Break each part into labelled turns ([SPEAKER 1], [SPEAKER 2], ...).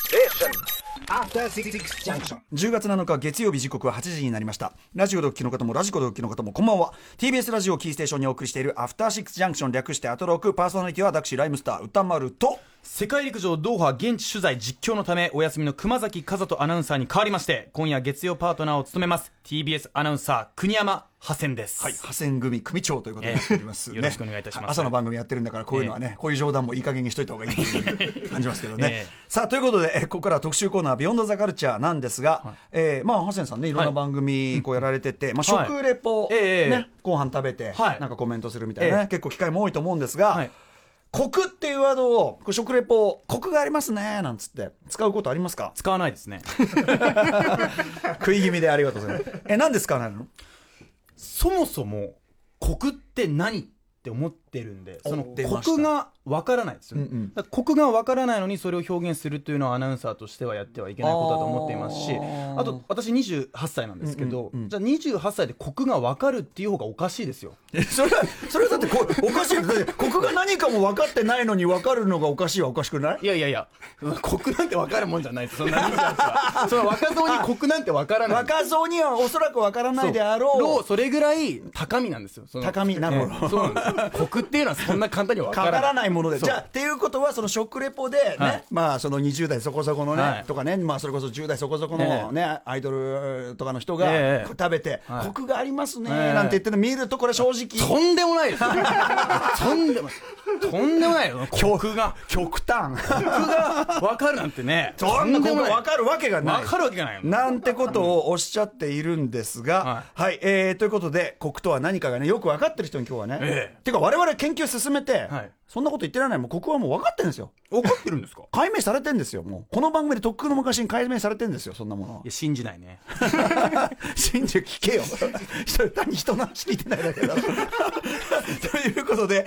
[SPEAKER 1] Station.
[SPEAKER 2] After Six Junction.
[SPEAKER 3] 10月7日月曜日時刻は8時になりましたラジオドッキの方もラジコドッキの方もこんばんは TBS ラジオキーステーションにお送りしているアフターシックスジャンクション略してアトロークパーソナリティは私ライムスター歌丸と
[SPEAKER 4] 世界陸上ドーハ現地取材実況のためお休みの熊崎風人アナウンサーに代わりまして今夜月曜パートナーを務めます TBS アナウンサー国山ハセンです、
[SPEAKER 3] はい、派遣組組長ということになっております、
[SPEAKER 4] え
[SPEAKER 3] ね
[SPEAKER 4] えよろしくお願いいたします
[SPEAKER 3] 朝の番組やってるんだからこういうのはね、こういう冗談もいい加減にしといた方がいいという ふうに感じますけどね、
[SPEAKER 4] ええ
[SPEAKER 3] さあということでえここからは特集コーナー「ビヨンドザカルチャーなんですが、えーまあハセンさんねいろんな番組こうやられてて、まあ、
[SPEAKER 4] はい
[SPEAKER 3] 食レポ、
[SPEAKER 4] ええええ
[SPEAKER 3] ねご飯食べて、
[SPEAKER 4] はい
[SPEAKER 3] なんかコメントするみたいな、ね
[SPEAKER 4] ええ
[SPEAKER 3] 結構機会も多いと思うんですが、
[SPEAKER 4] はい
[SPEAKER 3] コクっていうワードをこう食レポコクがありますねなんつって使うことあります か
[SPEAKER 4] 使わない ですね
[SPEAKER 3] 食い気味でありがとうございますえ何ですかなの
[SPEAKER 4] そもそもコクって何って思ってるんでその
[SPEAKER 3] お出ました
[SPEAKER 4] コクがわからないですよね、
[SPEAKER 3] うんうん
[SPEAKER 4] だからコクがわからないのにそれを表現するというのはアナウンサーとしてはやってはいけないことだと思っていますし
[SPEAKER 3] あー
[SPEAKER 4] あと私28歳なんですけ
[SPEAKER 3] うん
[SPEAKER 4] ど、
[SPEAKER 3] うんうん
[SPEAKER 4] じゃあ28歳でコクがわかるっていう方がおかしいですよ
[SPEAKER 3] え それはそれはだってこおか しいだってここが何かも分かってないのに分かるのがおかしいはおかしくない
[SPEAKER 4] いやいやい や、コクなんて分かるもんじゃないです、そんな28は。その若造にコクなんて分からない。
[SPEAKER 3] 若造にはおそらく分からないであ
[SPEAKER 4] ロ
[SPEAKER 3] ろ
[SPEAKER 4] ーそれぐらい高みなんですよ。
[SPEAKER 3] う
[SPEAKER 4] その
[SPEAKER 3] 高みなるほど
[SPEAKER 4] そうなんです。コクっていうのはそんな簡単には分
[SPEAKER 3] か
[SPEAKER 4] からない。
[SPEAKER 3] からないもので
[SPEAKER 4] そう
[SPEAKER 3] じゃあっていうことはその食レポでね、
[SPEAKER 4] はい
[SPEAKER 3] まあその20代そこそこのね、
[SPEAKER 4] はい
[SPEAKER 3] とかね、まあ、それこそ10代そこそこのね、アイドルとかの人が
[SPEAKER 4] ええ
[SPEAKER 3] こう食べて、
[SPEAKER 4] はい
[SPEAKER 3] コクがありますね
[SPEAKER 4] ええ
[SPEAKER 3] なんて言ってるの見るとこれ正直
[SPEAKER 4] とんでもないですよ。 とんでもない。とんでもないよ。コクが、
[SPEAKER 3] 極端
[SPEAKER 4] コクが分かるなんてね。
[SPEAKER 3] そんなこと分
[SPEAKER 4] 分
[SPEAKER 3] かるわけがない
[SPEAKER 4] かるわけがないよ。
[SPEAKER 3] なんてことをおっしゃっているんですが、はい、えーということで、国とは何かがね、よく分かってる人に今日はね、
[SPEAKER 4] え
[SPEAKER 3] てか、我々研究進めて、
[SPEAKER 4] はい
[SPEAKER 3] そんなこと言ってられない、もう国はもう分かってるんですよ。
[SPEAKER 4] 分かってるんですかい
[SPEAKER 3] 解明されてんですよ、もう。この番組でとっくの昔に解明されてんですよ、そんなものは
[SPEAKER 4] や、。信じないね。
[SPEAKER 3] 信じる聞けよ。それ単に人の話聞いてないだけだろ。 ということで、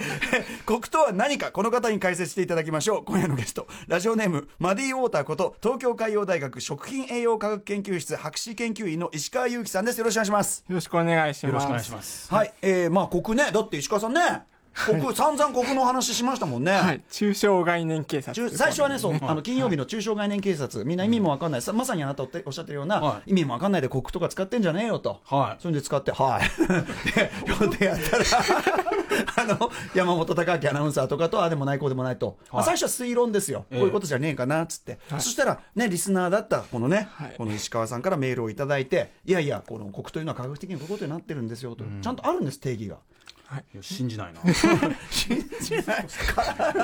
[SPEAKER 3] 国とは何か、この方に解説していただきましょう。今夜のゲスト、ラジオネーム、マディ・ウォーターこと、東京海洋大学食品栄養科学研究室博士研究員の石川祐希さんです。よろしくお願いします。
[SPEAKER 5] よろしくお願いします。
[SPEAKER 4] よろしくお願いします。
[SPEAKER 3] はい、えー、まあ国ね、だって石川さんね、国、散々国の話しましたもんね。
[SPEAKER 5] はい、中小概念警察。
[SPEAKER 3] 中最初はね、そう、あの金曜日の中小概念警察、みんな意味もわかんない、さまさにあなたおっておっしゃってるような、
[SPEAKER 4] は
[SPEAKER 3] 意味もわかんないで、国とか使ってんじゃねえよと、
[SPEAKER 4] はい
[SPEAKER 3] それで使って、はい、 で読んでやったら、 あの山本隆明アナウンサーとかと、ああでもない、こうでもないと、まあ最初は推論ですよ、
[SPEAKER 4] ええ
[SPEAKER 3] こういうことじゃねえかなっつって、そしたら、ね、リスナーだったこのね、
[SPEAKER 5] はい
[SPEAKER 3] この石川さんからメールをいただいて、いやいや、この国というのは科学的にこういうことになってるんですよと、ちゃんとあるんです、定義が。
[SPEAKER 4] いや信じないな。
[SPEAKER 3] 信じ ない かか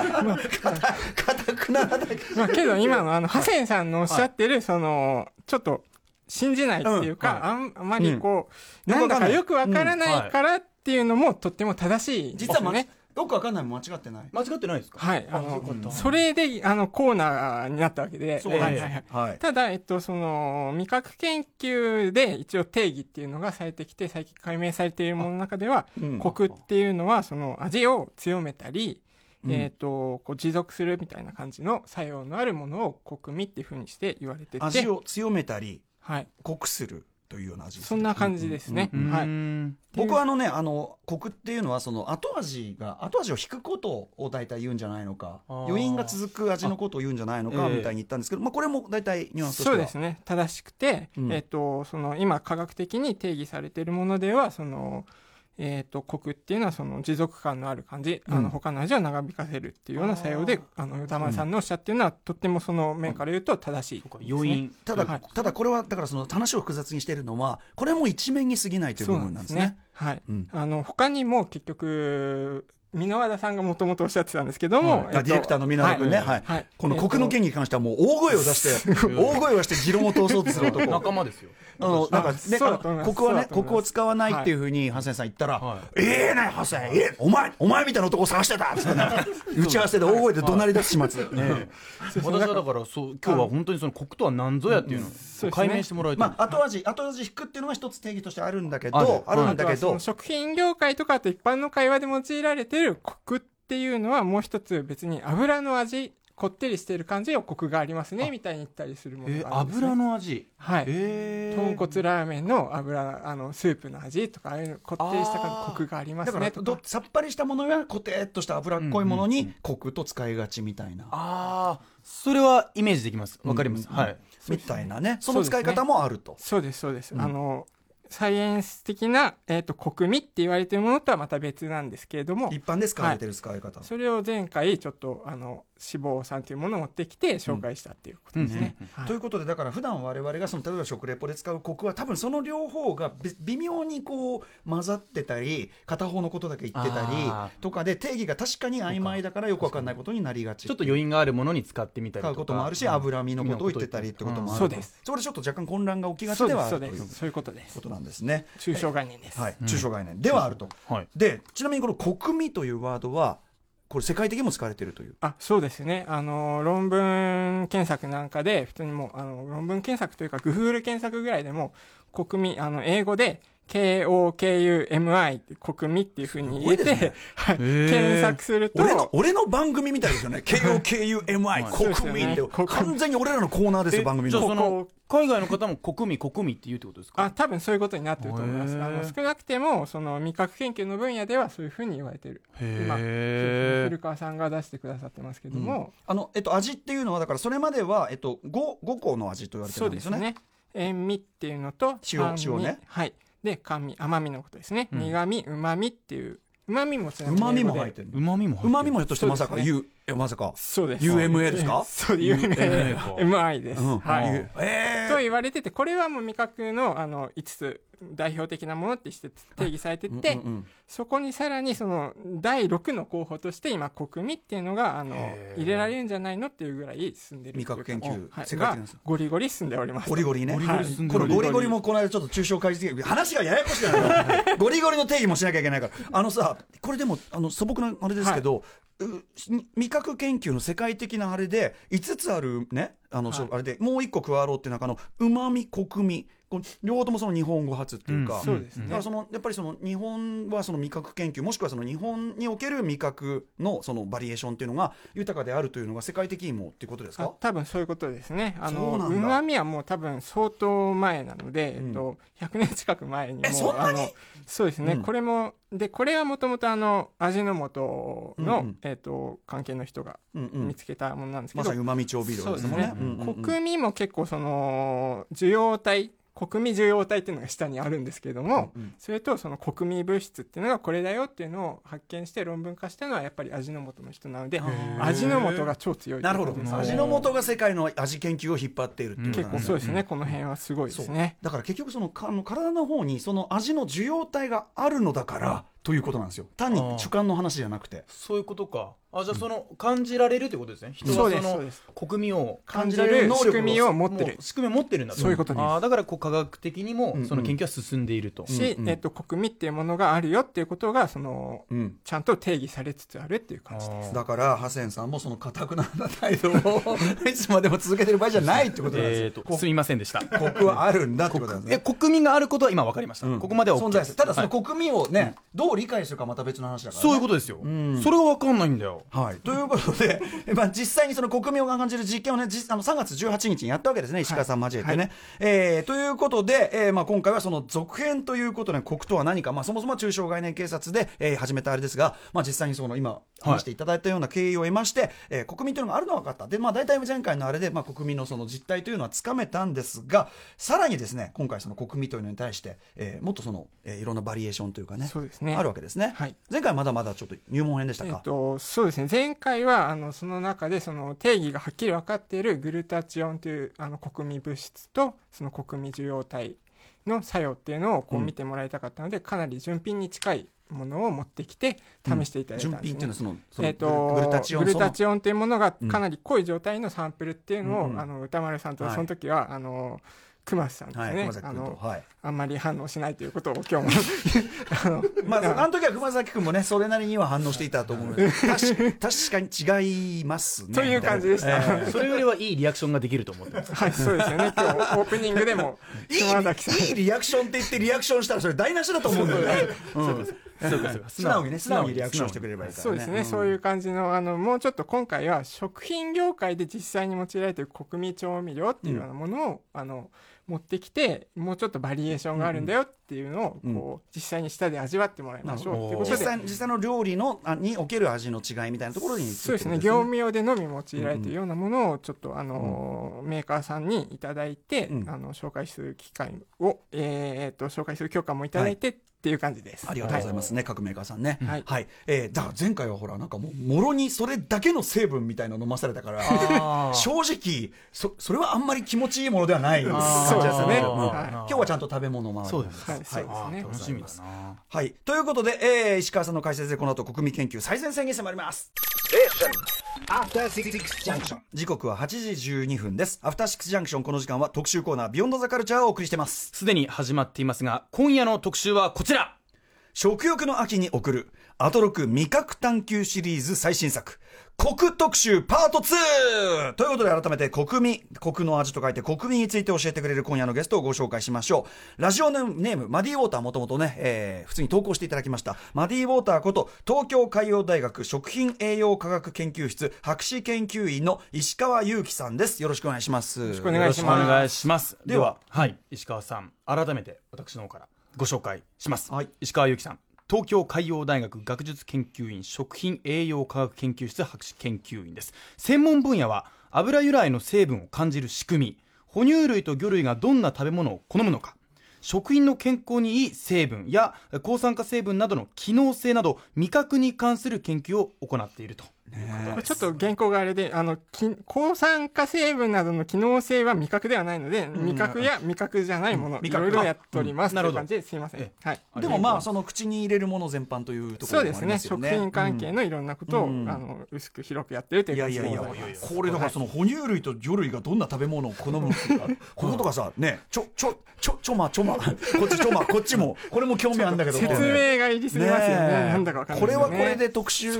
[SPEAKER 3] た かたくならだけ
[SPEAKER 5] まあ、けど今のあの、ハセンさんのおっしゃってる、その、ちょっと、信じないっていうか、あんあんまりこう、
[SPEAKER 3] うん
[SPEAKER 5] なんだか
[SPEAKER 3] よ
[SPEAKER 5] よくわから
[SPEAKER 4] うん
[SPEAKER 5] な
[SPEAKER 4] はい
[SPEAKER 5] いからっていうのもとっても正しいです
[SPEAKER 3] 実はま
[SPEAKER 5] ね。
[SPEAKER 3] よくわかんないもん間違ってない
[SPEAKER 4] 間違ってないですか
[SPEAKER 5] はい。あ
[SPEAKER 4] あよかった
[SPEAKER 5] の、それで、あの、コーナーになったわけで。
[SPEAKER 3] そう
[SPEAKER 4] なんです
[SPEAKER 5] はいはい
[SPEAKER 3] は
[SPEAKER 5] はいただ、えっと、その、味覚研究で一応定義っていうのがされてきて、最近解明されているものの中では、
[SPEAKER 3] うん
[SPEAKER 5] コクっていうのは、その、味を強めたり、
[SPEAKER 3] うん
[SPEAKER 5] えっと、こう持続するみたいな感じの作用のあるものをコク味っていうふうにして言われてて。
[SPEAKER 3] 味を強めたり
[SPEAKER 5] はい。
[SPEAKER 3] 濃くするというような味です
[SPEAKER 5] そんな感じですね。
[SPEAKER 4] うーん
[SPEAKER 5] はい。
[SPEAKER 3] 僕はあのねあのコクっていうのはその後味が後味を引くことを大体言うんじゃないのか
[SPEAKER 4] あー
[SPEAKER 3] 余韻が続く味のことを言うんじゃないのか
[SPEAKER 4] あええ
[SPEAKER 3] みたいに言ったんですけど、まあ、これも大体ニュアンスとして
[SPEAKER 5] そ
[SPEAKER 3] は
[SPEAKER 5] うですね正しくて、
[SPEAKER 3] うん
[SPEAKER 5] えっとその今科学的に定義されているものではそのえっとコクっていうのはその持続感のある感じ、あ
[SPEAKER 3] うん
[SPEAKER 5] の他の味を長引かせるっていうような作用であの歌丸さんのおっしゃってるのは、とってもその面から言うと正しい、
[SPEAKER 4] そうか要因。
[SPEAKER 3] ただ、
[SPEAKER 5] はい
[SPEAKER 3] ただこれはだからその話を複雑にしているのはこれも一面に過ぎないという
[SPEAKER 5] そう
[SPEAKER 3] 部
[SPEAKER 5] な
[SPEAKER 3] 分
[SPEAKER 5] ん
[SPEAKER 3] な
[SPEAKER 5] で
[SPEAKER 3] んですす
[SPEAKER 5] ね
[SPEAKER 3] ね。
[SPEAKER 5] はい、
[SPEAKER 3] うん
[SPEAKER 5] あの他にも結局箕和田さんがもともとおっしゃってたんですけども、
[SPEAKER 3] あディレクターの皆野君ね、はい
[SPEAKER 5] はい
[SPEAKER 3] この国の件に関してはもう大声を出して、大声を出して持論を通そうとする 男。
[SPEAKER 4] 仲間ですよ。
[SPEAKER 3] あのなんか
[SPEAKER 5] あ
[SPEAKER 3] ね
[SPEAKER 5] そうだと思います
[SPEAKER 3] あの
[SPEAKER 5] そうだと思い
[SPEAKER 3] 国はね
[SPEAKER 5] ます
[SPEAKER 3] 国を使わないっていうふうにハセンさん言ったら、
[SPEAKER 4] は
[SPEAKER 3] ええねハセン、えお前お前みたいな男を探してたっつって ね打ち合わせで大声で怒鳴り出す始末。ね
[SPEAKER 4] 私はだからそう今日は本当にその国とは何ぞやっていうの
[SPEAKER 5] す
[SPEAKER 4] を
[SPEAKER 5] ね
[SPEAKER 4] 解明してもらいたい、
[SPEAKER 3] まあ後味後味引くっていうのは一つ定義としてあるんだけ
[SPEAKER 4] あ
[SPEAKER 3] ど
[SPEAKER 4] る
[SPEAKER 3] あるん
[SPEAKER 5] あ
[SPEAKER 3] だけ
[SPEAKER 5] とはそ
[SPEAKER 3] ど
[SPEAKER 5] の。食品業界とかあと一般の会話で用いられているコクっていうのはもう一つ別に油の味こってりしてる感じをコクがありますねみたいに言ったりするもの
[SPEAKER 4] え
[SPEAKER 5] があるんですね、
[SPEAKER 4] 油の味
[SPEAKER 5] はい
[SPEAKER 4] えー
[SPEAKER 5] 豚骨ラーメンの油あのスープの味とかああいうのこってりした感じコクがありま
[SPEAKER 3] だ
[SPEAKER 5] す
[SPEAKER 3] から
[SPEAKER 5] ねとか
[SPEAKER 3] どさっぱりしたものやコテっとした脂っこいものにコクと使いがちみたいな、
[SPEAKER 4] ああそれはイメージできますわかります、
[SPEAKER 3] うん
[SPEAKER 4] はい
[SPEAKER 3] みたいなね
[SPEAKER 5] そ
[SPEAKER 3] そ
[SPEAKER 5] う
[SPEAKER 3] の
[SPEAKER 5] ですね
[SPEAKER 3] 使い方もあると、
[SPEAKER 5] そうですそうです、
[SPEAKER 3] うん
[SPEAKER 5] あのサイエンス的な、えー、と国味って言われてるものとはまた別なんですけれども
[SPEAKER 3] 一般で使われてる使い方、
[SPEAKER 5] それを前回ちょっとあの脂肪酸というものを持ってきて紹介したっていうことですね、はい
[SPEAKER 3] ということでだから普段我々がその例えば食レポで使うコクは多分その両方がべ微妙にこう混ざってたり片方のことだけ言ってた
[SPEAKER 4] あ
[SPEAKER 3] りとかで定義が確かに曖昧だからよく分かんないことになりがち
[SPEAKER 4] ちょっと余韻があるものに使ってみたり
[SPEAKER 3] 買
[SPEAKER 4] と
[SPEAKER 3] う
[SPEAKER 4] か
[SPEAKER 3] こともあるし
[SPEAKER 4] 油
[SPEAKER 3] 脂身のことを言ってたりってこともあると
[SPEAKER 5] うんそうです
[SPEAKER 3] そこでちょっと若干混乱が起きが
[SPEAKER 5] そ
[SPEAKER 3] ち
[SPEAKER 5] う
[SPEAKER 3] で
[SPEAKER 5] で
[SPEAKER 3] は
[SPEAKER 5] す
[SPEAKER 3] あ
[SPEAKER 5] そ
[SPEAKER 3] る
[SPEAKER 5] う
[SPEAKER 3] とい
[SPEAKER 5] で
[SPEAKER 3] う
[SPEAKER 5] すそういうことです
[SPEAKER 3] ことなんですね。
[SPEAKER 5] 抽象概念です、
[SPEAKER 3] はい、中小概念ではあると、
[SPEAKER 4] はい
[SPEAKER 3] でちなみにこの「国味」というワードはこれ世界的にも使われているという
[SPEAKER 5] あそうですねあの論文検索なんかで普通にもうあの論文検索というかグーグル検索ぐらいでも国民あの英語で KOKUMI って国民っていうふうに入れて、
[SPEAKER 3] すごいですね
[SPEAKER 5] はい、
[SPEAKER 4] へー
[SPEAKER 5] 検索すると
[SPEAKER 3] 俺の俺の番組みたいで すよね
[SPEAKER 5] そうですよ
[SPEAKER 3] KOKUMI
[SPEAKER 5] ね
[SPEAKER 3] 国民って
[SPEAKER 5] 国民
[SPEAKER 3] 完全に俺らのコーナーですよ
[SPEAKER 4] え
[SPEAKER 3] 番組
[SPEAKER 4] じゃあ
[SPEAKER 3] の
[SPEAKER 4] その海外の方も国民国民って言うってことですか
[SPEAKER 5] あ多分そういうことになってると思いま
[SPEAKER 4] へ
[SPEAKER 5] す
[SPEAKER 4] ー
[SPEAKER 5] あの少なくてもその味覚研究の分野ではそういうふうに言われてる今そうですね
[SPEAKER 4] へ
[SPEAKER 5] 古川さんが出してくださってますけども、
[SPEAKER 3] あの、えっと、味っていうのはだからそれまでは、えっと、5, 5個の味と言われて
[SPEAKER 5] そ
[SPEAKER 3] る
[SPEAKER 5] うん
[SPEAKER 3] で
[SPEAKER 5] ですす
[SPEAKER 3] よね
[SPEAKER 5] ね塩味っていうのと
[SPEAKER 3] 塩
[SPEAKER 5] 酸味
[SPEAKER 3] 塩ね
[SPEAKER 5] はいで甘味甘味のことですね、
[SPEAKER 4] うん
[SPEAKER 5] 苦味うまみっていううまみもつな
[SPEAKER 3] う
[SPEAKER 5] がり
[SPEAKER 3] まみも入ってる
[SPEAKER 4] うまみも
[SPEAKER 3] うまみもひょっとしてまさか、
[SPEAKER 5] そうです
[SPEAKER 3] U えまさか、
[SPEAKER 5] そうです
[SPEAKER 3] UMA ですか
[SPEAKER 5] そう有名
[SPEAKER 4] UMA
[SPEAKER 5] で
[SPEAKER 4] か
[SPEAKER 5] MI です、
[SPEAKER 3] うん
[SPEAKER 5] はい、
[SPEAKER 4] U
[SPEAKER 3] え
[SPEAKER 5] と言われててこれはもう味覚のあの5つ代表的なものってして定義されてて、
[SPEAKER 3] うんうん
[SPEAKER 5] そこにさらにその第6の候補として今国民っていうのがあの
[SPEAKER 4] へー
[SPEAKER 5] 入れられるんじゃないのっていうぐらい進んでる
[SPEAKER 3] 味覚研究
[SPEAKER 5] はい、
[SPEAKER 3] 世界的なんですよ
[SPEAKER 5] がゴリゴリ進んでおります
[SPEAKER 3] ゴリゴリね
[SPEAKER 5] はい
[SPEAKER 4] ゴリゴリ進んで
[SPEAKER 3] こ
[SPEAKER 4] る
[SPEAKER 3] のゴリゴリもこの間ちょっと抽象解説的話がややこしくなるゴリゴリの定義もしなきゃいけないからあのさこれでもあの素朴なあれですけど、う味覚研究の世界的なあれで5つあるねあの、そう
[SPEAKER 5] はい
[SPEAKER 3] あれでもう1個加わろうって中のうまみコクミこの両方ともその日本語発っていうか、
[SPEAKER 4] うん
[SPEAKER 5] そうです
[SPEAKER 3] だ
[SPEAKER 5] ね
[SPEAKER 3] からそのやっぱりその日本はその味覚研究もしくはその日本における味覚のそのバリエーションっていうのが豊かであるというのが世界的にもっていうことです
[SPEAKER 5] あ
[SPEAKER 3] か
[SPEAKER 5] 多分そういうことですねあ
[SPEAKER 3] そうな
[SPEAKER 5] の
[SPEAKER 3] ん
[SPEAKER 5] う
[SPEAKER 3] だ
[SPEAKER 5] まみはもう多分相当前なので、
[SPEAKER 3] うん
[SPEAKER 5] えっと、100年近く前にも
[SPEAKER 3] えそんな
[SPEAKER 5] あ
[SPEAKER 3] に
[SPEAKER 5] のそうですね、
[SPEAKER 3] うん
[SPEAKER 5] これもでこれはもともとあの味の素の、
[SPEAKER 3] うんうん
[SPEAKER 5] えっと、関係の人が
[SPEAKER 3] うんう
[SPEAKER 5] 見
[SPEAKER 3] ん
[SPEAKER 5] つけたものなんですけ
[SPEAKER 3] ま
[SPEAKER 5] ど、
[SPEAKER 3] さにうまみ調味料ですもんね
[SPEAKER 5] そう
[SPEAKER 4] ですね
[SPEAKER 3] うんうんうん
[SPEAKER 5] 国民も結構その受容体国民受容体っていうのが下にあるんですけれども、
[SPEAKER 3] うんうん
[SPEAKER 5] それとその国民物質っていうのがこれだよっていうのを発見して論文化したのはやっぱり味の素の人なので
[SPEAKER 4] ー
[SPEAKER 5] 味の素が超強いって
[SPEAKER 3] な
[SPEAKER 5] いう
[SPEAKER 3] るほ
[SPEAKER 5] こ
[SPEAKER 3] ど
[SPEAKER 5] とですね
[SPEAKER 4] なるほ
[SPEAKER 3] 味の
[SPEAKER 4] ど
[SPEAKER 3] 素が世界の味研究を引っ張っているっていうこと
[SPEAKER 5] 結
[SPEAKER 3] なん
[SPEAKER 5] 構
[SPEAKER 3] だ
[SPEAKER 5] そうですね、
[SPEAKER 4] うん
[SPEAKER 5] この辺はすごいで
[SPEAKER 3] そう
[SPEAKER 5] すね
[SPEAKER 3] だから結局そのかあの体の方にその味の受容体があるのだからということなんですよ単に
[SPEAKER 4] あー
[SPEAKER 3] 主観の話じゃなくて
[SPEAKER 4] そういうことかあじゃあその感じられるということですね人
[SPEAKER 5] そう
[SPEAKER 4] は
[SPEAKER 5] で
[SPEAKER 4] そ
[SPEAKER 5] すそう
[SPEAKER 4] の
[SPEAKER 5] です
[SPEAKER 4] 国民を
[SPEAKER 5] 感じられる仕組みを持って
[SPEAKER 4] も
[SPEAKER 5] る
[SPEAKER 4] う仕組みを持ってるんだ
[SPEAKER 5] そういうことです
[SPEAKER 4] あーだからこう科学的にも
[SPEAKER 3] うん
[SPEAKER 4] その研究は進んでいると、
[SPEAKER 5] し、
[SPEAKER 3] うんうん
[SPEAKER 5] えっと国民っていうものがあるよっていうことがその
[SPEAKER 3] うん
[SPEAKER 5] ちゃんと定義されつつあるっていう感じです
[SPEAKER 3] だからハセンさんもそのかたくなな態度をいつまでも続けてる場合じゃないってことなんですよ、
[SPEAKER 4] えーとすみませんでした
[SPEAKER 3] コクはあるんだってことなんです
[SPEAKER 4] え
[SPEAKER 3] ね
[SPEAKER 4] 国民があることは今分かりました、
[SPEAKER 3] うん
[SPEAKER 4] ここまでは OK
[SPEAKER 3] 存在するただその
[SPEAKER 4] はい
[SPEAKER 3] 国民をね、どう理解するかまた別の話だから、ね、
[SPEAKER 4] そういうことですよ、
[SPEAKER 3] ん
[SPEAKER 4] それが分かんないんだよ
[SPEAKER 3] はい、ということで、 まあ、実際にその国民を感じる実験をね実あの3月18日にやったわけですね石川さん交えてね。えーということで、えーまあ、今回はその続編ということで国とは何か、まあ、そもそもは中小概念警察で、えー始めたあれですが、まあ、実際にその今話していただいたような経緯を得まして、えー国民というのがあるのは分かったで、まあ、大体前回のあれで、まあ、国民のその実態というのはつかめたんですがさらにですね今回その国民というのに対して、えーもっとその、えーいろんなバリエーションというかね
[SPEAKER 5] そうですね
[SPEAKER 3] あるわけですね。
[SPEAKER 5] はい
[SPEAKER 3] 前回まだまだちょっと入門編でした
[SPEAKER 5] え
[SPEAKER 3] か
[SPEAKER 5] っ。と、そうですね前回はあのその中でその定義がはっきり分かっているグルタチオンというあの国民物質とその国民受容体の作用っていうのをこう
[SPEAKER 3] うん
[SPEAKER 5] 見てもらいたかったので、かなり純品に近いものを持ってきて試していただいたん
[SPEAKER 3] 純
[SPEAKER 5] です、ね
[SPEAKER 3] 品っていうのはそのその
[SPEAKER 5] えっと
[SPEAKER 3] グルタチオン
[SPEAKER 5] グル
[SPEAKER 3] その
[SPEAKER 5] タチオンっていうものが
[SPEAKER 3] うん
[SPEAKER 5] かなり濃い状態のサンプルっていうのを、
[SPEAKER 3] うんうん
[SPEAKER 5] あの歌丸さんと
[SPEAKER 3] はい
[SPEAKER 5] その時は、あの熊瀬さんです
[SPEAKER 3] はい
[SPEAKER 5] ね、
[SPEAKER 3] 熊崎
[SPEAKER 5] あ
[SPEAKER 3] 君と
[SPEAKER 5] の
[SPEAKER 3] はい
[SPEAKER 5] あんまり反応しないということを今日もあの
[SPEAKER 3] まああの時は熊崎君もねそれなりには反応していたと思 う確か確かに違いますね
[SPEAKER 5] という感じで した、
[SPEAKER 4] それよりはいいリアクションができると思っ てます
[SPEAKER 5] はい、そうですよね。今日オープニングでも
[SPEAKER 3] いい
[SPEAKER 5] 島崎さん
[SPEAKER 3] いいリアクションって言ってリアクションしたらそれ台無しだと思うんだよねうん
[SPEAKER 4] そうかそうか
[SPEAKER 3] 素直にね素直にリアクションしてくれればいいから
[SPEAKER 5] そうですね、そういう感じのあのもうちょっと今回は食品業界で実際に用いられている国民調味料っていうようなものを、あの持ってきてもうちょっとバリエーションがあるんだよっていうのを、
[SPEAKER 3] うん
[SPEAKER 5] こう実際に舌で味わってもらいましょうっていうこと
[SPEAKER 3] 実
[SPEAKER 5] で
[SPEAKER 3] 際実際の料理のあにおける味の違いみたいなところに
[SPEAKER 5] そうですね業務用でのみ用いられているようなものをちょっと、あのメーカーさんにいただいて、
[SPEAKER 3] うん
[SPEAKER 5] あの紹介する機会を、えーっと紹介する許可もいただいて、っていう感じです
[SPEAKER 3] ありがとうございますね、各メーカーさんね。は
[SPEAKER 5] はいい、
[SPEAKER 3] えーだから前回はほら、なんかもう、もろにそれだけの成分みたいなの飲まされた から、
[SPEAKER 4] あー
[SPEAKER 3] 正直そ、それはあんまり気持ちいいものではな
[SPEAKER 5] あ
[SPEAKER 3] い
[SPEAKER 5] ー
[SPEAKER 3] 感じですよね。うん
[SPEAKER 5] そうですねはい
[SPEAKER 3] 今日はちゃんと食べ物もある
[SPEAKER 4] そうです
[SPEAKER 5] はいそうですね
[SPEAKER 3] ありがとうご
[SPEAKER 4] 楽
[SPEAKER 3] ざいます
[SPEAKER 4] しみだな
[SPEAKER 3] はい。ということで、えー石川さんの解説でこの後、国民研究最前線に迫ります。
[SPEAKER 2] After Six Junction.
[SPEAKER 3] 時刻は8時12分です。アフターシックスジャンクション、この時間は特集コーナー、ビヨンドザカルチャーをお送りしてます。
[SPEAKER 4] すでに始まっていますが今夜の特集はこちら
[SPEAKER 3] 食欲の秋に送る、アトロク味覚探求シリーズ最新作、国特集パート 2! ということで改めて国民、国の味と書いて国民について教えてくれる今夜のゲストをご紹介しましょう。ラジオネーム、マディウォーターもともとね、えー普通に投稿していただきました。マディウォーターこと、東京海洋大学食品栄養科学研究室博士研究員の石川祐希さんです。よろしくお願いします。よろし
[SPEAKER 5] くお願いします
[SPEAKER 4] よろくお願いします
[SPEAKER 3] では
[SPEAKER 4] はい石川さん改めて私の方からご紹介します、
[SPEAKER 3] はい
[SPEAKER 4] 石川由紀さん東京海洋大学学術研究院食品栄養科学研究室博士研究員です専門分野は油由来の成分を感じる仕組み哺乳類と魚類がどんな食べ物を好むのか食品の健康にいい成分や抗酸化成分などの機能性など味覚に関する研究を行っていると
[SPEAKER 5] これちょっと原稿があれで、あの、き抗酸化成分などの機能性は味覚ではないので、味覚や味覚じゃないもの、
[SPEAKER 4] 味
[SPEAKER 5] い
[SPEAKER 4] 覚
[SPEAKER 5] ろいろやっております。
[SPEAKER 4] うんなるほど
[SPEAKER 5] という感じですいませ
[SPEAKER 4] え
[SPEAKER 5] ん。はい。
[SPEAKER 3] でもまあ、その口に入れるもの全般というとこ
[SPEAKER 5] そう
[SPEAKER 3] ろ
[SPEAKER 5] で
[SPEAKER 3] もあ
[SPEAKER 5] す
[SPEAKER 3] り
[SPEAKER 5] ね。
[SPEAKER 3] ますよ
[SPEAKER 5] 食
[SPEAKER 3] ね。
[SPEAKER 5] 品関係のいろんなことを、
[SPEAKER 3] うん
[SPEAKER 5] あの、薄く広くやってるという
[SPEAKER 3] いや
[SPEAKER 5] 感
[SPEAKER 3] い
[SPEAKER 5] じ
[SPEAKER 3] やい
[SPEAKER 5] で
[SPEAKER 3] や
[SPEAKER 5] ございます。、
[SPEAKER 3] これだからその哺乳類と魚類がどんな食べ物を好むのか、こことかさ、ね、ちょ、ちょ、ちょ、ちょま、ちょま、こっちちょま、こっちも、これも興味あるんだけど。
[SPEAKER 5] 説明がいりすぎますよね。なんだかわかんない
[SPEAKER 3] こ
[SPEAKER 5] で
[SPEAKER 3] れ
[SPEAKER 5] すね。
[SPEAKER 3] はこれで特集。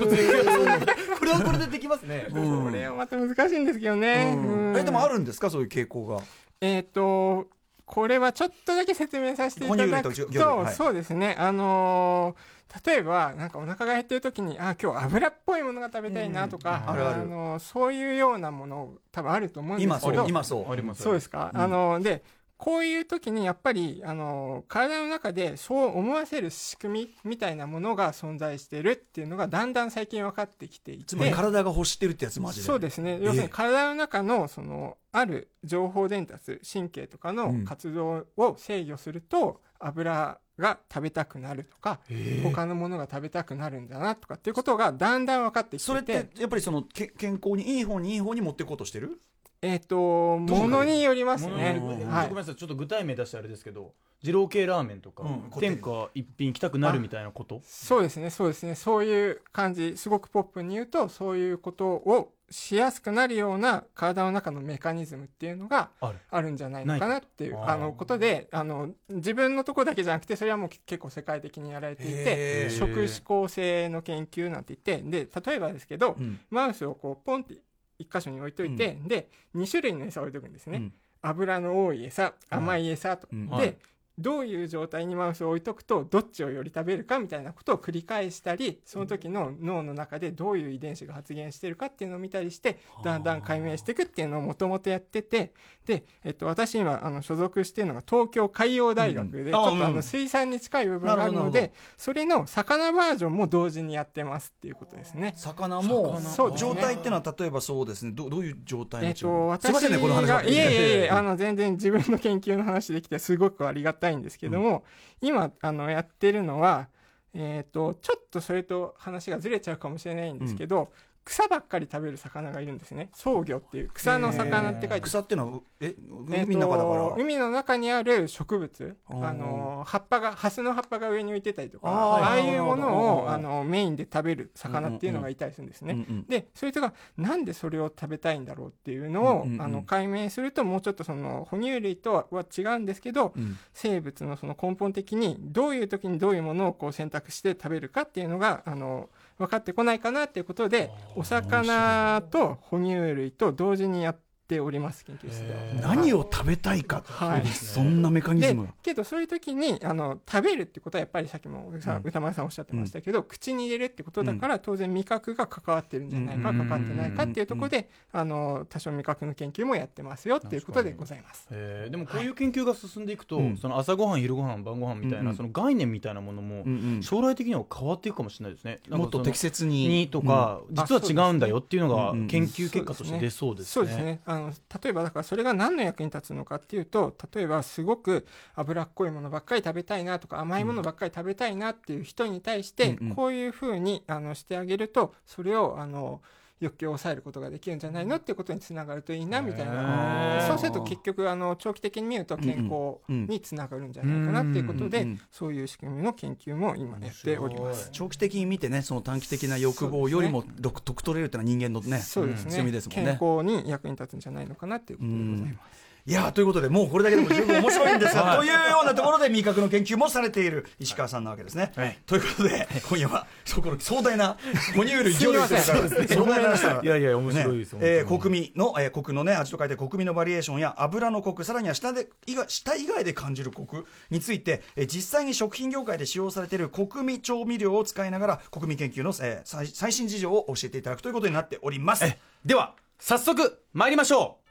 [SPEAKER 4] これはこれでできますね
[SPEAKER 5] これはまた難しいんですけどね。うん
[SPEAKER 3] え、でもあるんですかそういう傾向が。
[SPEAKER 5] えっ、と、これはちょっとだけ説明させていただ
[SPEAKER 3] 哺乳類
[SPEAKER 5] く
[SPEAKER 3] と
[SPEAKER 5] と、
[SPEAKER 3] 魚類はい
[SPEAKER 5] そうですね。あのー例えば、なんかお腹が減ってる時に、あ、今日油っぽいものが食べたいなとか、
[SPEAKER 3] うんあるある
[SPEAKER 5] のーそういうようなもの多分あると思うんで
[SPEAKER 3] 今
[SPEAKER 5] すけ
[SPEAKER 3] そ
[SPEAKER 5] ど、
[SPEAKER 3] う、今そ
[SPEAKER 4] あり
[SPEAKER 3] う。
[SPEAKER 4] ます
[SPEAKER 5] そうですか。あのーで、こういう時にやっぱり、あのー体の中でそう思わせる仕組みみたいなものが存在してるっていうのがだんだん最近分かってきていて。
[SPEAKER 3] つまり体が欲してるってやつマジで。
[SPEAKER 5] そうですね要するに体の中のそのある情報伝達神経とか
[SPEAKER 3] うん
[SPEAKER 5] の活動を制御すると、油が食べたくなるとか、他のものが食べたくなるんだなとかっていうことがだんだん分かってきてて
[SPEAKER 3] それって、やっぱりその、け健康にいい方にいい方に持っていこうとしてる
[SPEAKER 5] えっ、とものによりますね
[SPEAKER 4] ものによる
[SPEAKER 5] は
[SPEAKER 4] ごめん
[SPEAKER 5] い
[SPEAKER 4] なさいちょっと具体名出してあれですけど二郎系ラーメンとか、
[SPEAKER 3] うん
[SPEAKER 4] 天下一品行きたくなるみたいなこと
[SPEAKER 5] そうですねそうですねそういう感じすごくポップに言うとそういうことをしやすくなるような体の中のメカニズムっていうのが
[SPEAKER 4] ある
[SPEAKER 5] あるんじゃないのかなっていう
[SPEAKER 4] ないと
[SPEAKER 5] あのことであの自分のとこだけじゃなくてそれはもう結構世界的にやられてい
[SPEAKER 3] へ
[SPEAKER 5] て
[SPEAKER 3] ー
[SPEAKER 5] 食指向性の研究なんて言ってで例えばですけど、
[SPEAKER 3] うん
[SPEAKER 5] マウスをこうポンって一箇所に置いといて、で2種類の餌を置いとくんですね、
[SPEAKER 3] うん
[SPEAKER 5] 油の多い餌甘い餌と、
[SPEAKER 3] うん
[SPEAKER 5] で、
[SPEAKER 4] はい
[SPEAKER 5] どういう状態にマウスを置いとくとどっちをより食べるかみたいなことを繰り返したりその時の脳の中でどういう遺伝子が発現してるかっていうのを見たりしてだんだん解明していくっていうのをもともとやっててで、えっと、私今あの所属してるのが東京海洋大学で、
[SPEAKER 3] うん
[SPEAKER 5] ちょっとあ
[SPEAKER 3] あうん
[SPEAKER 5] の水産に近い部分がある
[SPEAKER 3] なる
[SPEAKER 5] の
[SPEAKER 3] ほどな
[SPEAKER 5] でそれの魚バージョンも同時にやってますっていうことですね。
[SPEAKER 3] 魚も
[SPEAKER 5] 魚そうですね
[SPEAKER 3] 状態ってのは例えばそうですねどどういう状態の
[SPEAKER 5] えっ
[SPEAKER 3] 違い
[SPEAKER 5] と、
[SPEAKER 3] すい
[SPEAKER 5] 私
[SPEAKER 3] ませんねこの話ばっ
[SPEAKER 5] が、
[SPEAKER 3] かり
[SPEAKER 5] い
[SPEAKER 3] で
[SPEAKER 5] えいえい え、あの、全然自分の研究の話できてすごくありがたいんですけども、今、あの、やってるのは、えっ、と、ちょっとそれと話がずれちゃうかもしれないんですけど、草ばっかり食べる魚がいるんですね。草魚っていう、草の魚って書いて、
[SPEAKER 3] 草ってのはう
[SPEAKER 5] え
[SPEAKER 3] え
[SPEAKER 5] ーと
[SPEAKER 3] 海の中だから、
[SPEAKER 5] 海の中にある植物、
[SPEAKER 3] あー
[SPEAKER 5] あの、葉っぱが、ハスの葉っぱが上に浮いてたりとか、
[SPEAKER 3] あー
[SPEAKER 5] ああいうものを、
[SPEAKER 3] な
[SPEAKER 5] あ
[SPEAKER 3] るほど
[SPEAKER 5] の、メインで食べる魚っていうのがいたりするんですね。
[SPEAKER 3] うんうん
[SPEAKER 5] でそういう人がなんでそれを食べたいんだろうっていうのを、
[SPEAKER 3] うんうんうん
[SPEAKER 5] あの解明するともうちょっとその哺乳類とはは違うんですけど、
[SPEAKER 3] うん
[SPEAKER 5] 生物のその根本的にどういう時にどういうものをこう選択して食べるかっていうのがあの分かってこないかなっていうことでお魚と哺乳類と同時にやっております研究室では。
[SPEAKER 3] 何を食べたいか、
[SPEAKER 5] はい
[SPEAKER 3] そんなメカニズ
[SPEAKER 5] で
[SPEAKER 3] ムが
[SPEAKER 5] けどそういう時にあの食べるってことはやっぱりさっきもさ歌丸さんおっしゃってましたけど、口に入れるってことだから当然味覚が関わってるんじゃないか、
[SPEAKER 4] うん
[SPEAKER 5] 関わってないかっていうところで、あの多少味覚の研究もやってますよっていうことでございます。
[SPEAKER 4] えーでもこういう研究が進んでいくと、
[SPEAKER 3] うん
[SPEAKER 4] その朝ごはん昼ごはん晩ごはんみたい
[SPEAKER 3] うん
[SPEAKER 4] な、
[SPEAKER 3] うん
[SPEAKER 4] その概念みたいなものも
[SPEAKER 3] うんうん
[SPEAKER 4] 将来的には変わっていくかもしれないですね。なんか
[SPEAKER 1] もっと適切
[SPEAKER 4] その
[SPEAKER 1] に
[SPEAKER 4] にとか、
[SPEAKER 5] んあ
[SPEAKER 4] 実は違うんだよっていうの
[SPEAKER 3] そ
[SPEAKER 4] が
[SPEAKER 3] うですね
[SPEAKER 4] 研究結果として出そうです
[SPEAKER 5] そう
[SPEAKER 4] ね。
[SPEAKER 5] ですねあの例えばだからそれが何の役に立つのかっていうと例えばすごく脂っこいものばっかり食べたいなとか甘いものばっかり食べたいなっていう人に対して、
[SPEAKER 3] うんうん
[SPEAKER 5] こういうふうにあのしてあげるとそれをあの欲求を抑えることができるんじゃないのっていうことにつながるといいなみたい
[SPEAKER 4] へ
[SPEAKER 5] な
[SPEAKER 4] ー
[SPEAKER 5] そうすると結局あの長期的に見ると健康につながるんじゃないかなっていうことで、
[SPEAKER 3] うんうんうん
[SPEAKER 5] そういう仕組みの研究も今やっております。
[SPEAKER 3] 長期的に見てねその短期的な欲望よりも得得取れるっていうのは人間のね
[SPEAKER 5] そうですね
[SPEAKER 3] 強みですもん
[SPEAKER 5] 健
[SPEAKER 3] ね。
[SPEAKER 5] 康に役に立つんじゃないのかなっていうことでございます。
[SPEAKER 3] いやーということでもうこれだけでも十分面白いんですが、というようなところで味覚の研究もされている石川さんなわけですね。
[SPEAKER 4] はい
[SPEAKER 3] ということで今夜はそこの壮大な哺乳類魚類
[SPEAKER 5] すいません
[SPEAKER 3] そうですね壮大な話から
[SPEAKER 4] いやいや面白いです
[SPEAKER 3] ね
[SPEAKER 4] 本当に
[SPEAKER 3] えー、国味の、えー、コクのね味と書いて国味のバリエーションや油のコクさらには舌で以外舌以外で感じるコクについて、えー実際に食品業界で使用されている国味調味料を使いながら国味研究の、えー最最新事情を教えていただくということになっております。
[SPEAKER 4] では早速参りましょう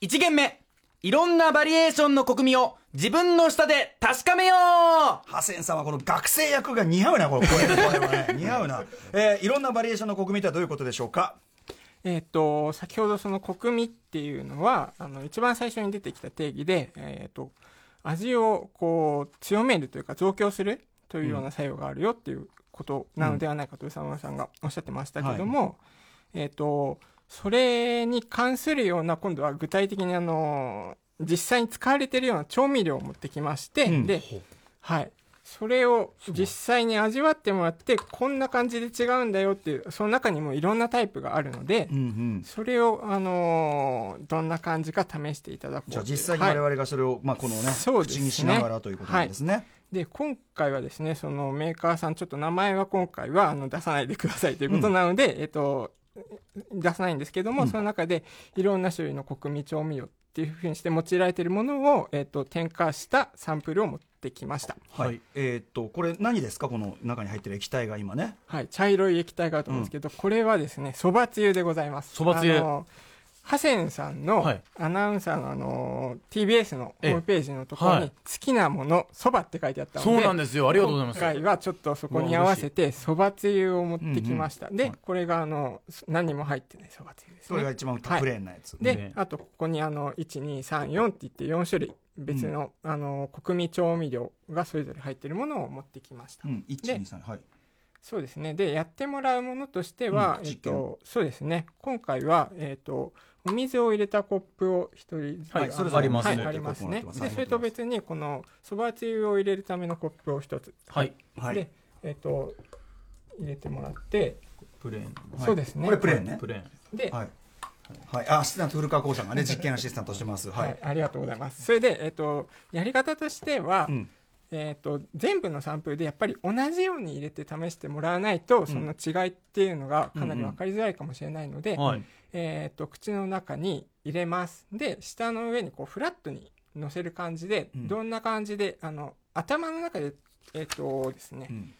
[SPEAKER 4] 一限目いろんなバリエーションの国民を自分の舌で確かめよう
[SPEAKER 3] ハセンさんはこの学生役が似合うな、これ。これこれは ね、似合うな。えーいろんなバリエーションの国民とはどういうことでしょうか
[SPEAKER 5] えっと先ほどその国味っていうのはあの一番最初に出てきた定義で、えっと味をこう強めるというか増強するというような作用があるよっていうことなのではないかと宇佐川さんがおっしゃってましたけども、えっとそれに関するような今度は具体的にあの実際に使われているような調味料を持ってきまして、
[SPEAKER 3] うん
[SPEAKER 5] で、はい、それを実際に味わってもらってこんな感じで違うんだよっていうその中にもいろんなタイプがあるので、
[SPEAKER 3] うんうん。
[SPEAKER 5] それを、あのーどんな感じか試していただこう
[SPEAKER 3] じゃあ実際に我
[SPEAKER 5] は
[SPEAKER 3] 々がそれを、まあこのね、
[SPEAKER 5] そうです
[SPEAKER 3] 口
[SPEAKER 5] ね
[SPEAKER 3] にしながらということなんですね。
[SPEAKER 5] い、で今回はですねそのメーカーさんちょっと名前は今回はあの出さないでくださいということなので、えっと、出さないんですけども、その中でいろんな種類の国味調味料っていうふうにして用いられているものを、えっと、添加したサンプルを持ってきました。
[SPEAKER 3] はい。えーっと、これ何ですかこの中に入ってる液体が今ね。
[SPEAKER 5] はい、茶色い液体があると思うんですけど、これはですね、そばつゆでございます。
[SPEAKER 4] そばつゆ
[SPEAKER 5] あのハセンさんの、
[SPEAKER 4] はい
[SPEAKER 5] アナウンサーのあの TBS のホームページのところに、
[SPEAKER 4] はい
[SPEAKER 5] 好きなもの、そばって書いてあったので、
[SPEAKER 4] そうなんですよありがとうございます
[SPEAKER 5] 今回はちょっとそこに合わせて、そばつゆを持ってきました。で、これがあの、何も入ってないそばつゆです
[SPEAKER 3] それが
[SPEAKER 5] ね。
[SPEAKER 3] 一番プレーンなやつ。
[SPEAKER 5] で、
[SPEAKER 4] ね
[SPEAKER 5] あとここにあの、1、2、3、4って言って4種類、別の、あの、国民調味料がそれぞれ入ってるものを持ってきました
[SPEAKER 3] う。ん、1、
[SPEAKER 5] で
[SPEAKER 3] 2、3、はい。
[SPEAKER 5] そうですね。で、やってもらうものとしては、
[SPEAKER 3] うん
[SPEAKER 5] えっ
[SPEAKER 3] 実験
[SPEAKER 5] と、そうですね。今回は、えっと、お水を入れたコップを一人ずつ、
[SPEAKER 4] はい
[SPEAKER 5] あの
[SPEAKER 4] それぞれありますね
[SPEAKER 5] はいあります
[SPEAKER 3] 入
[SPEAKER 5] ね
[SPEAKER 3] れてもらってま
[SPEAKER 5] で、
[SPEAKER 3] す
[SPEAKER 5] それと別に、この、そばつゆを入れるためのコップを一つ。
[SPEAKER 4] はい
[SPEAKER 3] はい
[SPEAKER 5] で。、えっと、入れてもらって、
[SPEAKER 4] プレーン
[SPEAKER 5] そうですね。
[SPEAKER 3] これプレーンね
[SPEAKER 4] プ。レーン
[SPEAKER 5] で、
[SPEAKER 3] はい。はい。あ、アシスタント古川光さ んがね、実験アシスタントしてます。は
[SPEAKER 5] はいい。、ありがとうございます。それで、えっと、やり方としては、
[SPEAKER 3] うん
[SPEAKER 5] えっと、全部のサンプルでやっぱり同じように入れて試してもらわないと、その違いっていうのがかなり分かりづらいかもしれないので、
[SPEAKER 4] はい
[SPEAKER 5] えー、と口の中に入れますで舌の上にこうフラットに乗せる感じで、
[SPEAKER 3] うん
[SPEAKER 5] どんな感じであの頭の中でえっ、とですね、
[SPEAKER 3] うん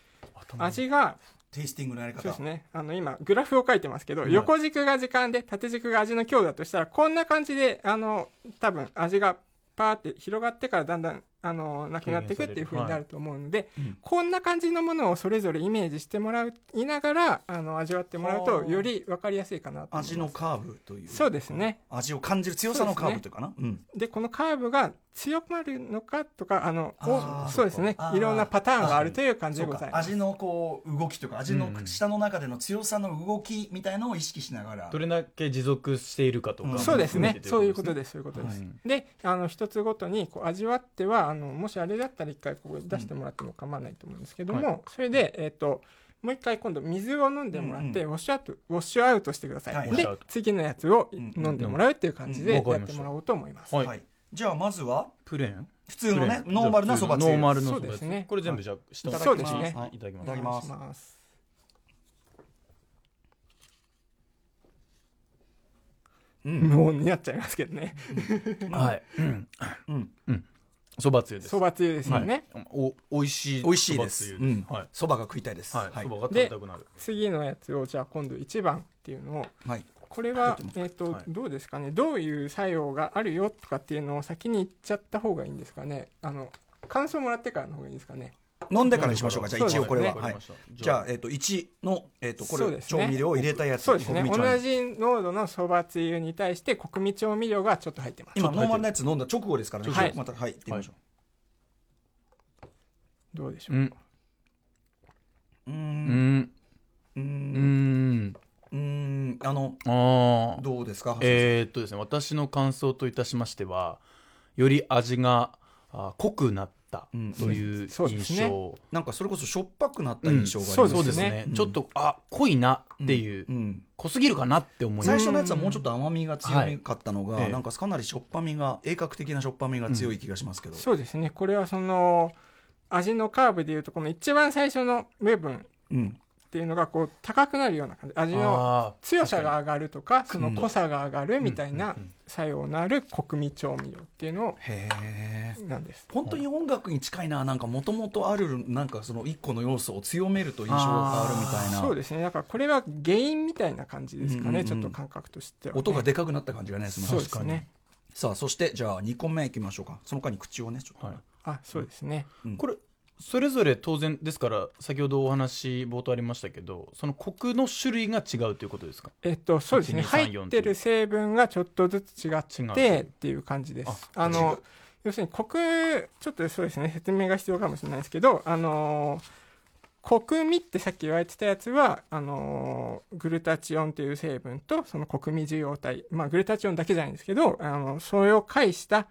[SPEAKER 5] 味が
[SPEAKER 3] テイスティングのやり方。
[SPEAKER 5] そうですねあの今グラフを書いてますけど、横軸が時間で縦軸が味の強度だとしたらこんな感じであの多分味がパーって広がってからだんだんあのなくなっていくっていう風になると思うので、こんな感じのものをそれぞれイメージしてもらういながらあの味わってもらうとより分かりやすいかなと思います
[SPEAKER 3] 味のカーブという。
[SPEAKER 5] そうですね。
[SPEAKER 3] 味を感じる強さのカーブというかな。うん。
[SPEAKER 5] でこのカーブが強まるのかとかあの
[SPEAKER 3] あー
[SPEAKER 5] おそうですね
[SPEAKER 3] あー
[SPEAKER 5] いろんなパターンがあるという感じ
[SPEAKER 3] そ
[SPEAKER 5] で
[SPEAKER 3] う
[SPEAKER 5] ござ
[SPEAKER 3] か
[SPEAKER 5] います
[SPEAKER 3] 味のこう動きというか味の舌の中での強さの動きみたいのを意識しながら、
[SPEAKER 4] どれだけ持続しているかとか、
[SPEAKER 3] うん
[SPEAKER 5] そうですねそういうこと
[SPEAKER 4] で
[SPEAKER 5] ですそういうことです、
[SPEAKER 4] はい
[SPEAKER 5] であの一つごとにこう味わってはあのもしあれだったら一回ここ出してもらっても構わないと思うんですけども、
[SPEAKER 4] は
[SPEAKER 5] それでえっ、ともう一回今度水を飲んでもらって、
[SPEAKER 3] う
[SPEAKER 5] ウォッシュアウトウォッシュアウトしてください、
[SPEAKER 3] は
[SPEAKER 5] で
[SPEAKER 3] い
[SPEAKER 4] ウォッシュアウト
[SPEAKER 5] 次のやつを
[SPEAKER 3] ん
[SPEAKER 5] 飲んでもらうっていう感じで
[SPEAKER 4] うん
[SPEAKER 5] や
[SPEAKER 4] わかり
[SPEAKER 5] っ
[SPEAKER 4] ましてた
[SPEAKER 5] もらおうと思います、
[SPEAKER 4] はい
[SPEAKER 3] はい、じゃあまずは
[SPEAKER 4] プレーン
[SPEAKER 3] 普通のね
[SPEAKER 4] プレーン
[SPEAKER 3] ノーマルなそばつゆ
[SPEAKER 4] ノーマルのそば
[SPEAKER 5] そう
[SPEAKER 4] つ
[SPEAKER 5] です
[SPEAKER 4] ゆ、
[SPEAKER 5] ね
[SPEAKER 4] これ全部じゃあ下
[SPEAKER 5] そうですね
[SPEAKER 4] いただきま
[SPEAKER 3] いただ
[SPEAKER 4] す
[SPEAKER 3] きます
[SPEAKER 5] お願いします無音になっちゃいますけどね。
[SPEAKER 4] はい。うん。
[SPEAKER 3] うん
[SPEAKER 4] うん。そばつゆです。
[SPEAKER 5] そばつゆですよね。
[SPEAKER 4] お、美味しい。
[SPEAKER 3] 美味しいです
[SPEAKER 4] そばつゆ
[SPEAKER 3] うん
[SPEAKER 4] はい。
[SPEAKER 3] そばが食いたいです
[SPEAKER 4] はい。そばが食べ
[SPEAKER 5] で
[SPEAKER 4] たくなる。
[SPEAKER 5] 次のやつをじゃあ今度1番っていうのを
[SPEAKER 3] はい
[SPEAKER 5] これは
[SPEAKER 3] 入っ、
[SPEAKER 5] えっと
[SPEAKER 4] はい
[SPEAKER 5] どうですかねどういう作用があるよとかっていうのを先に言っちゃった方がいいんですかねあの感想もらってからの方がいいですかね
[SPEAKER 3] 飲んでからにしましょうかじゃあ一応これは、
[SPEAKER 4] そ
[SPEAKER 3] はい
[SPEAKER 4] うですねわかりました
[SPEAKER 3] じゃあ、えっと1の、えっとこ
[SPEAKER 5] そう
[SPEAKER 3] れ
[SPEAKER 5] です
[SPEAKER 3] 調
[SPEAKER 5] ね
[SPEAKER 3] 味料を入れたやつ
[SPEAKER 5] そうですね
[SPEAKER 3] 国民調味
[SPEAKER 5] 同
[SPEAKER 3] 料
[SPEAKER 5] じ濃度のそばつゆに対して国味調味料がちょっと入ってます
[SPEAKER 3] 今ノーマルなやつ飲んだ直後ですからね、
[SPEAKER 5] 直後
[SPEAKER 3] またはい行ってみましょ
[SPEAKER 5] どうでしょ
[SPEAKER 4] う
[SPEAKER 5] う、
[SPEAKER 4] ん。
[SPEAKER 3] う、う
[SPEAKER 4] うんん。
[SPEAKER 3] う
[SPEAKER 4] うんん。
[SPEAKER 3] うんあの
[SPEAKER 4] ああ。
[SPEAKER 3] どうですか
[SPEAKER 4] えーっとですね、私の感想といたしましては、より味があー濃くなった
[SPEAKER 3] うん
[SPEAKER 4] という
[SPEAKER 5] そうです
[SPEAKER 4] 印
[SPEAKER 5] ね
[SPEAKER 4] 象。
[SPEAKER 3] なんかそれこそしょっぱくなった印象があり
[SPEAKER 5] そ
[SPEAKER 3] ま
[SPEAKER 5] う
[SPEAKER 3] す
[SPEAKER 5] ですね
[SPEAKER 4] そうですね
[SPEAKER 3] う。ん
[SPEAKER 4] ちょっと、あ、濃いなっていう
[SPEAKER 3] う、ん
[SPEAKER 4] 濃すぎるかなって思いま
[SPEAKER 3] 最
[SPEAKER 4] し
[SPEAKER 3] 初のやつはもうちょっと甘みが強かったのが、
[SPEAKER 4] はいええ
[SPEAKER 3] なんかかなりしょっぱみが鋭角的なしょっぱみが強い気がしますけど、
[SPEAKER 5] そうですねこれはその味のカーブでいうとこの一番最初の部分っ
[SPEAKER 3] うん
[SPEAKER 5] ていうのがこう高くなるような感じ味
[SPEAKER 4] た。
[SPEAKER 5] の
[SPEAKER 4] あ
[SPEAKER 5] 強さが上がるとかそ
[SPEAKER 3] に
[SPEAKER 5] の濃さが上がるみたい
[SPEAKER 4] うん
[SPEAKER 5] な
[SPEAKER 4] うんうんうん
[SPEAKER 5] 作用のある国味調味料っていうの
[SPEAKER 3] へえ
[SPEAKER 5] をなんです
[SPEAKER 3] 本当に音楽に近いななんかもともとあるなんかその一個の要素を強めると印象が変わるみたいな
[SPEAKER 5] そうですねだからこれは原因みたいな感じですかね、
[SPEAKER 3] うんうんうん
[SPEAKER 5] ちょっと感覚としてはね、
[SPEAKER 3] 音がでかくなった感じがねその
[SPEAKER 5] そうですね
[SPEAKER 3] さあそしてじゃあ2個目いきましょうかその間に口をねちょっ
[SPEAKER 4] ー
[SPEAKER 3] と、
[SPEAKER 4] はい
[SPEAKER 5] あそうですね
[SPEAKER 4] これそれぞれ当然ですから先ほどお話冒頭ありましたけどそのコクの種類が違うということですか
[SPEAKER 5] えっとそうですね
[SPEAKER 4] 1 2 3 4
[SPEAKER 5] 入ってる成分がちょっとずつ違っ
[SPEAKER 4] 違う
[SPEAKER 5] てっていう感じです
[SPEAKER 4] あ
[SPEAKER 5] あの要するにコクちょっとそうですね説明が必要かもしれないですけどあのコクミってさっき言われてたやつはあのグルタチオンという成分とそのコクミ受容体、まあ、グルタチオンだけじゃないんですけどあのそれを介した、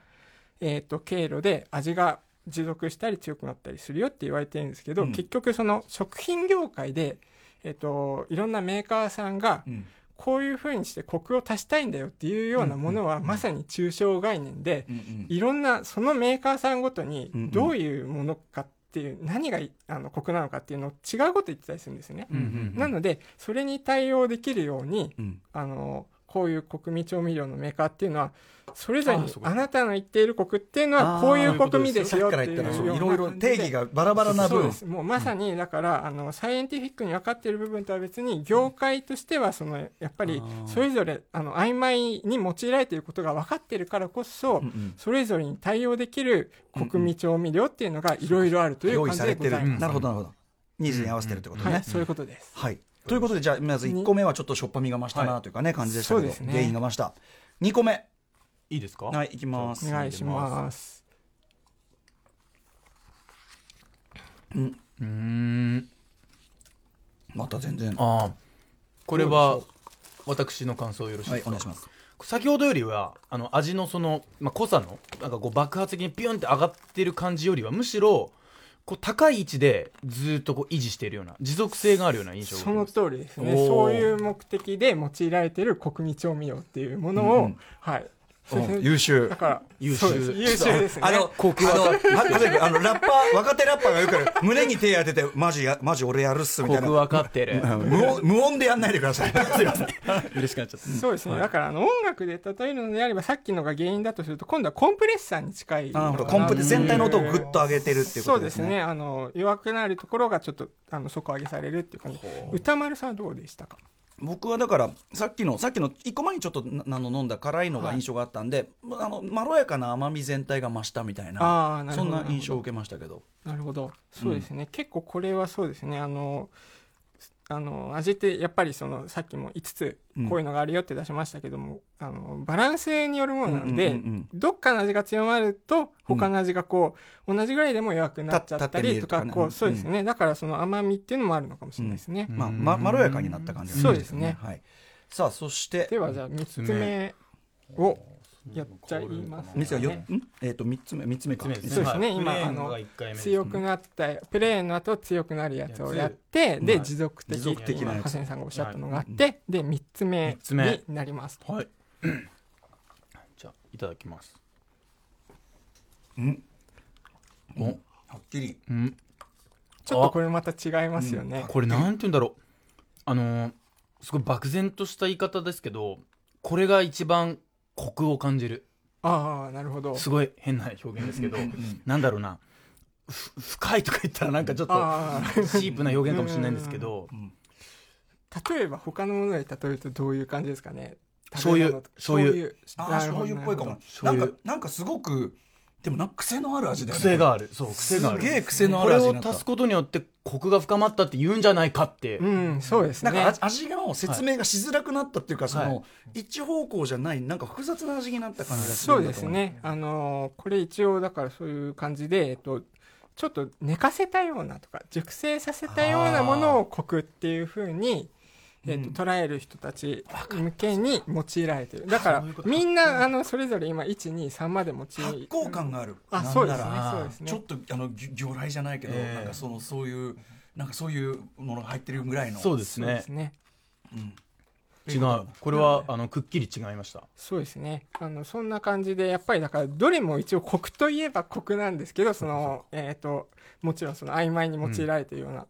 [SPEAKER 5] えっと経路で味が持続したり強くなったりするよって言われてるんですけど、
[SPEAKER 3] うん
[SPEAKER 5] 結局その食品業界で、えっといろんなメーカーさんが
[SPEAKER 3] うん
[SPEAKER 5] こういうふうにしてコクを足したいんだよっていうようなものはまさに抽象概念で、
[SPEAKER 3] うんうん
[SPEAKER 5] いろんなそのメーカーさんごとに
[SPEAKER 3] うんうん
[SPEAKER 5] どういうものかっていう、何がいあのコクなのかっていうのを違うこと言ってたりするんですよね。
[SPEAKER 3] うんうん
[SPEAKER 5] なのでそれに対応できるように
[SPEAKER 3] うん
[SPEAKER 5] あのこういう国味調味料のメーカーっていうのはそれぞれ
[SPEAKER 4] あ
[SPEAKER 5] に
[SPEAKER 4] そうか
[SPEAKER 5] あなたの言っているコクっていうのはこういう国味です
[SPEAKER 3] さっき
[SPEAKER 5] よっ
[SPEAKER 3] か
[SPEAKER 5] て
[SPEAKER 3] ら
[SPEAKER 5] い
[SPEAKER 3] 言
[SPEAKER 5] う
[SPEAKER 3] ったらそう
[SPEAKER 5] ようない
[SPEAKER 3] ろいろ定義がバラバラな
[SPEAKER 5] そう
[SPEAKER 3] 分
[SPEAKER 5] ですもうまさにだから、あのサイエンティフィックに分かっている部分とは別に業界としてはそのやっぱり
[SPEAKER 3] あー
[SPEAKER 5] それぞれあの曖昧に用いられていることが分かっているからこそ、
[SPEAKER 3] うんうん
[SPEAKER 5] それぞれに対応できる国民調味料っていうのがいろいろあるという
[SPEAKER 3] 用
[SPEAKER 5] 感
[SPEAKER 3] 意
[SPEAKER 5] じ
[SPEAKER 3] さ
[SPEAKER 5] で
[SPEAKER 3] れ
[SPEAKER 5] ご
[SPEAKER 3] て
[SPEAKER 5] ざい
[SPEAKER 3] る、
[SPEAKER 5] ます。
[SPEAKER 3] なるほどなるほどニーズに合わせてるってことね、
[SPEAKER 5] はい、そういうことです。
[SPEAKER 3] はい、ということでじゃあまず1個目はちょっとしょっぱみが増したなというかね、感じでした
[SPEAKER 5] そ
[SPEAKER 3] け
[SPEAKER 5] う
[SPEAKER 3] ど、
[SPEAKER 5] ですね
[SPEAKER 3] 原因が増した2個目
[SPEAKER 4] いいですか
[SPEAKER 3] はいいきます
[SPEAKER 5] お願いします。
[SPEAKER 4] うーん
[SPEAKER 3] また全然は
[SPEAKER 4] ああこれは私の感想よろしいで
[SPEAKER 3] い
[SPEAKER 4] す
[SPEAKER 3] お
[SPEAKER 4] か、
[SPEAKER 3] 願いします
[SPEAKER 4] 先ほどよりはあの味のその、まあ、濃さのなんかこう爆発的にピュンって上がってる感じよりはむしろこう高い位置でずっとこう維持しているような持続性があるような印象を受
[SPEAKER 5] そ
[SPEAKER 4] け
[SPEAKER 5] の
[SPEAKER 4] ます
[SPEAKER 5] 通りですね。
[SPEAKER 4] おー
[SPEAKER 5] そういう目的で用いられている国民調味料っていうものを、はい。 そうです
[SPEAKER 3] うん
[SPEAKER 5] ね。
[SPEAKER 3] 優秀
[SPEAKER 5] だから、
[SPEAKER 4] 優秀
[SPEAKER 5] そうです優秀ですね。
[SPEAKER 3] あの、あの、は長谷君あの、ラッパー、若手ラッパーがよく ある胸に手当てて、マジや、マジ俺やるっす、みたい
[SPEAKER 4] コ
[SPEAKER 3] な。
[SPEAKER 4] ク分かってる
[SPEAKER 3] うん無音、無音でやんないでくだ さい。すいません。
[SPEAKER 4] 嬉しくなっちゃった
[SPEAKER 5] そうですね、だからあの音楽で例えるのであればさっきのが原因だとすると今度はコンプレッサーに近いのか
[SPEAKER 3] あ
[SPEAKER 5] な
[SPEAKER 3] なるほどコンプで全体の音をグッと上げてるっていうこ
[SPEAKER 5] そう
[SPEAKER 3] と
[SPEAKER 5] で
[SPEAKER 3] ですすね。
[SPEAKER 5] ねあの弱くなるところがちょっとあの底上げされるっていう感じ歌丸さんはどうでしたか
[SPEAKER 3] 僕はだから、さっきの、さっきの、一個前にちょっとな、あの、飲んだ辛いのが印象があったんで、あの、まろやかな甘み全体が増したみたいな、
[SPEAKER 5] ああなる
[SPEAKER 3] そ
[SPEAKER 5] ほ
[SPEAKER 3] ん
[SPEAKER 5] ど
[SPEAKER 3] な印象を受けましたけど。
[SPEAKER 5] なるほどそうですね、結構これはそうですねあのあの味ってやっぱりそのさっきも5つ
[SPEAKER 3] うん
[SPEAKER 5] こういうのがあるよって出しましたけども、あのバランスによるものなので、
[SPEAKER 3] うんうんうん
[SPEAKER 5] どっかの味が強まると他の味がこう、同じぐらいでも弱くなっちゃったりとか
[SPEAKER 3] た立って見えるとかね
[SPEAKER 5] こ
[SPEAKER 3] うん
[SPEAKER 5] うそうですね、だからその甘みっていうのもあるのかもしれないですね、
[SPEAKER 3] まあ、ま、まろやかになった感じが
[SPEAKER 5] そうですね
[SPEAKER 3] はい。さあ、そして、
[SPEAKER 5] ではじゃあ3つ目をやっちゃいます
[SPEAKER 3] 三つがよ、
[SPEAKER 5] ね
[SPEAKER 3] んえっと、三つ目、三つ目か。
[SPEAKER 4] 三つ目
[SPEAKER 5] そうですね
[SPEAKER 4] はい
[SPEAKER 5] 今
[SPEAKER 4] プレーン
[SPEAKER 5] あの
[SPEAKER 4] が一回目です
[SPEAKER 5] 強くなったプレーンの後強くなるやつをやって
[SPEAKER 3] つ
[SPEAKER 5] で
[SPEAKER 3] はい
[SPEAKER 5] 持続的
[SPEAKER 3] 持続的なやつ
[SPEAKER 5] 河川さんがおっしゃったのがあってで3つ目
[SPEAKER 4] 三つ目
[SPEAKER 5] になりますと
[SPEAKER 4] はい。じゃあ、いただきます。
[SPEAKER 3] うん。
[SPEAKER 4] お、
[SPEAKER 3] はっきり。
[SPEAKER 4] うん。
[SPEAKER 5] ちょっとこれまた違いますよね
[SPEAKER 4] これなんて言うんだろう。あのーすごい漠然とした言い方ですけど、これが一番コクを感じる
[SPEAKER 5] ああ、なるほど。
[SPEAKER 4] すごい変な表現ですけどなんだろうなふ深いとか言ったらなんかちょっと
[SPEAKER 5] ああ、
[SPEAKER 4] シープな表現かもしれないんですけど
[SPEAKER 5] 例えば他のもので例えるとどういう感じですかね
[SPEAKER 4] 醤油
[SPEAKER 5] 食べ物と醤
[SPEAKER 3] あ
[SPEAKER 5] 油
[SPEAKER 3] あ醤油っぽいかも
[SPEAKER 4] 醤
[SPEAKER 3] なん
[SPEAKER 4] 油
[SPEAKER 3] かなんかすごくでもなんか癖のある味だよね
[SPEAKER 4] 癖があるそう
[SPEAKER 3] す
[SPEAKER 4] 癖がある
[SPEAKER 3] げえ癖のあ
[SPEAKER 4] こ
[SPEAKER 3] る
[SPEAKER 4] れ
[SPEAKER 3] 味に
[SPEAKER 4] を
[SPEAKER 3] なった
[SPEAKER 4] 足すことによってコクが深まったって言うんじゃないかって、
[SPEAKER 5] うんそうです
[SPEAKER 3] な
[SPEAKER 5] ね
[SPEAKER 3] んか味味の説明がしづらくなったっていうか、その一方向じゃないなんか複雑な味になった感じがする
[SPEAKER 5] そうん
[SPEAKER 3] だ
[SPEAKER 5] で
[SPEAKER 3] と
[SPEAKER 5] す
[SPEAKER 3] 思
[SPEAKER 5] ねあのーこれ一応だからそういう感じで、えっと、ちょっと寝かせたようなとか熟成させたようなものをコクっていうふうにえっと捉える人たち向けに用いられてるだから
[SPEAKER 4] そういうこと
[SPEAKER 5] みんなあのそれぞれ今123まで用い
[SPEAKER 3] 発酵感がある
[SPEAKER 5] あ
[SPEAKER 3] なん
[SPEAKER 5] そうで
[SPEAKER 3] な
[SPEAKER 5] すね
[SPEAKER 3] ら
[SPEAKER 5] そうですね
[SPEAKER 3] ちょっとあのぎ魚雷じゃないけど、
[SPEAKER 4] ええ
[SPEAKER 3] なんかそのそういうなんかそういうものが入ってるぐらいの
[SPEAKER 4] そうです
[SPEAKER 5] そうで
[SPEAKER 4] ね
[SPEAKER 5] すね
[SPEAKER 3] うん
[SPEAKER 4] 違うこれはあのくっきり違いました
[SPEAKER 5] そうですね。あの、そんな感じで、やっぱりだから、どれも一応コクといえばコクなんですけど、その、えっ、と、もちろんその曖昧に用いられてるような、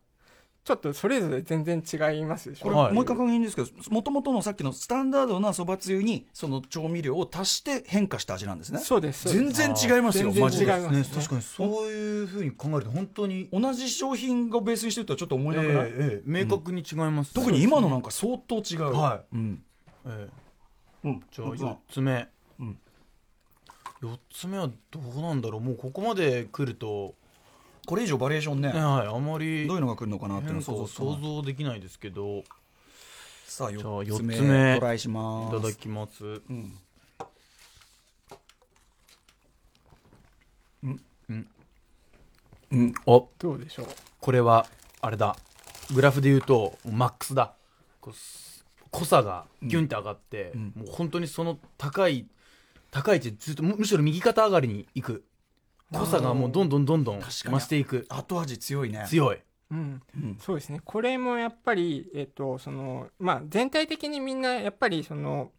[SPEAKER 5] ちょっとそれぞれ全然違いますでしょ。
[SPEAKER 3] これ、
[SPEAKER 4] はい
[SPEAKER 3] もう一回確認ですけどもともとのさっきのスタンダードなそばつゆにその調味料を足して変化した味なんですね
[SPEAKER 5] そうです。そうです
[SPEAKER 3] 全然違いますよ
[SPEAKER 5] 全然
[SPEAKER 3] マジ
[SPEAKER 5] 違い
[SPEAKER 3] で
[SPEAKER 5] ますね
[SPEAKER 4] 確かにそういうふうに考えると本当に、
[SPEAKER 3] 同じ商品をベースにしてるとはちょっと思
[SPEAKER 4] え
[SPEAKER 3] えなくない、
[SPEAKER 4] えええ明確に違います、
[SPEAKER 3] 特に今のなんか相当違う、
[SPEAKER 4] は
[SPEAKER 3] うん
[SPEAKER 4] ええ
[SPEAKER 3] うん、
[SPEAKER 4] じゃあ4つ目、
[SPEAKER 3] うん
[SPEAKER 4] 4つ目はどうなんだろうもうここまで来ると、
[SPEAKER 3] これ以上バリエーションね
[SPEAKER 4] ねはい、あまり
[SPEAKER 3] どういうのが来るのかなっていうの
[SPEAKER 4] 変
[SPEAKER 3] を
[SPEAKER 4] 化
[SPEAKER 3] 想
[SPEAKER 4] を
[SPEAKER 3] 像つかない
[SPEAKER 4] 想像できないですけどい
[SPEAKER 3] さあ
[SPEAKER 4] じゃあ
[SPEAKER 3] 4つ目
[SPEAKER 4] 四つ目
[SPEAKER 3] トライします
[SPEAKER 4] ただきます
[SPEAKER 3] うん
[SPEAKER 4] うん
[SPEAKER 3] うん
[SPEAKER 4] お
[SPEAKER 5] どうでしょう。
[SPEAKER 4] これはあれだグラフで言うとマックスだこうす濃さがギュンって上がって、
[SPEAKER 3] うん
[SPEAKER 4] もう本当にその高い高い位置ずっとむむしろ右肩上がりにいく濃さがもうどんどんどんどん増
[SPEAKER 3] 確かに
[SPEAKER 4] していく
[SPEAKER 3] 後味強いね
[SPEAKER 4] 強い
[SPEAKER 5] うん。
[SPEAKER 3] うん
[SPEAKER 5] そうですね。これもやっぱり、えっ、と、その、まあ、全体的にみんな、やっぱり、その、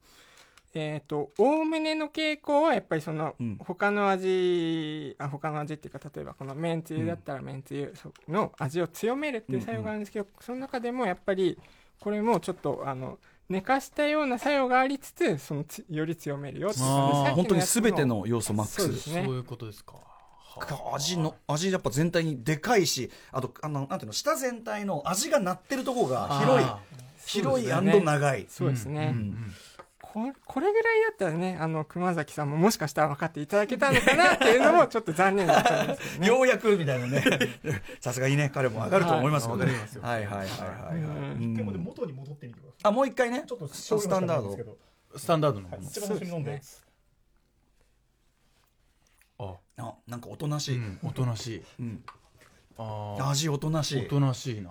[SPEAKER 5] えっ、と、おおむねの傾向は、やっぱりその、
[SPEAKER 3] うん
[SPEAKER 5] 他の味、あ、他の味っていうか、例えばこのめんつゆだったらめんつゆその味を強めるっていう作用があるんですけど、その中でもやっぱり、これもちょっと、あの、寝かしたような作用がありつつ、そのつ、より強めるよっていう
[SPEAKER 4] あー
[SPEAKER 5] さっきのやつも
[SPEAKER 3] 本当に全ての要素マック
[SPEAKER 5] そ
[SPEAKER 3] ス
[SPEAKER 5] うですね
[SPEAKER 4] そういうことですか
[SPEAKER 3] 味の味やっぱ全体にでかいしあとあのなんていうの舌全体の味がなってるところが広い
[SPEAKER 4] あ
[SPEAKER 5] そう
[SPEAKER 3] 広
[SPEAKER 5] で
[SPEAKER 3] い
[SPEAKER 5] すよね
[SPEAKER 3] 長い
[SPEAKER 5] そうですね。
[SPEAKER 4] うん
[SPEAKER 5] ここれぐらいだったらね、あの、熊崎さんももしかしたら分かっていただけたのかなっていうのもちょっと残念だったんですけどね。
[SPEAKER 3] ようやくみたいなねさすがにね彼も上がると思いますので、
[SPEAKER 4] はいわかりますよ
[SPEAKER 3] はいはいはいはいはい、
[SPEAKER 5] うん
[SPEAKER 3] うん
[SPEAKER 1] でもね元に戻ってみてください。
[SPEAKER 3] あもう一回ね
[SPEAKER 1] ちょっと
[SPEAKER 3] スタンダード
[SPEAKER 1] 醤油の話なんですけど
[SPEAKER 4] スタンダードのも
[SPEAKER 1] はい
[SPEAKER 4] の
[SPEAKER 1] 一番最初に飲んだやつ。
[SPEAKER 4] あ
[SPEAKER 3] あなんかおとなし
[SPEAKER 4] う
[SPEAKER 3] い、
[SPEAKER 4] んおとなしい
[SPEAKER 3] うん
[SPEAKER 4] あー
[SPEAKER 3] 味おとなしい
[SPEAKER 4] おとなしいな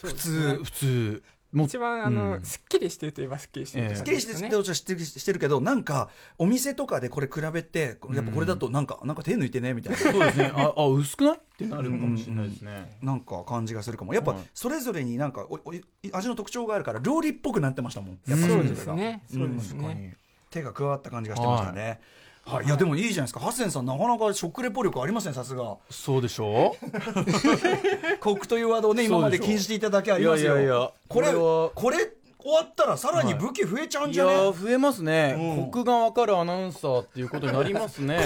[SPEAKER 5] 普
[SPEAKER 4] 普通普通もう
[SPEAKER 5] 一番、あの、
[SPEAKER 4] うん
[SPEAKER 5] すっきりしてるといえばすっきりしてる
[SPEAKER 4] ええ
[SPEAKER 3] すっきりして
[SPEAKER 5] ね
[SPEAKER 3] るとしてるしてるけどなんかお店とかでこれ比べてやっぱこれだとなんかなんか手抜いてねみたいな
[SPEAKER 4] そうですねああ薄くないってなるのかもしれないですね、
[SPEAKER 3] なんか感じがするかもやっぱ
[SPEAKER 4] はい
[SPEAKER 3] それぞれになんかおおい味の特徴があるから料理っぽくなってましたもんやっ
[SPEAKER 5] そ
[SPEAKER 3] ぱれ
[SPEAKER 5] う
[SPEAKER 3] ぞれ
[SPEAKER 5] で
[SPEAKER 3] が
[SPEAKER 5] すね。
[SPEAKER 3] うん
[SPEAKER 5] そうですね。
[SPEAKER 3] 手が加わった感じがしてましたねはい、い、やでもいいじゃないですかハッセンさんなかなか食レポ力ありませんさすが
[SPEAKER 4] そうでしょ
[SPEAKER 3] コクというワードをね今まで禁止していただけありますよ
[SPEAKER 4] いやいやいや
[SPEAKER 3] これ
[SPEAKER 4] これは
[SPEAKER 3] これ終わったらさらに武器増えちゃうん
[SPEAKER 4] い
[SPEAKER 3] じ
[SPEAKER 4] や
[SPEAKER 3] ゃね、
[SPEAKER 4] ー増えますね、
[SPEAKER 3] うん
[SPEAKER 4] コクが分かるアナウンサーっていうことになりますね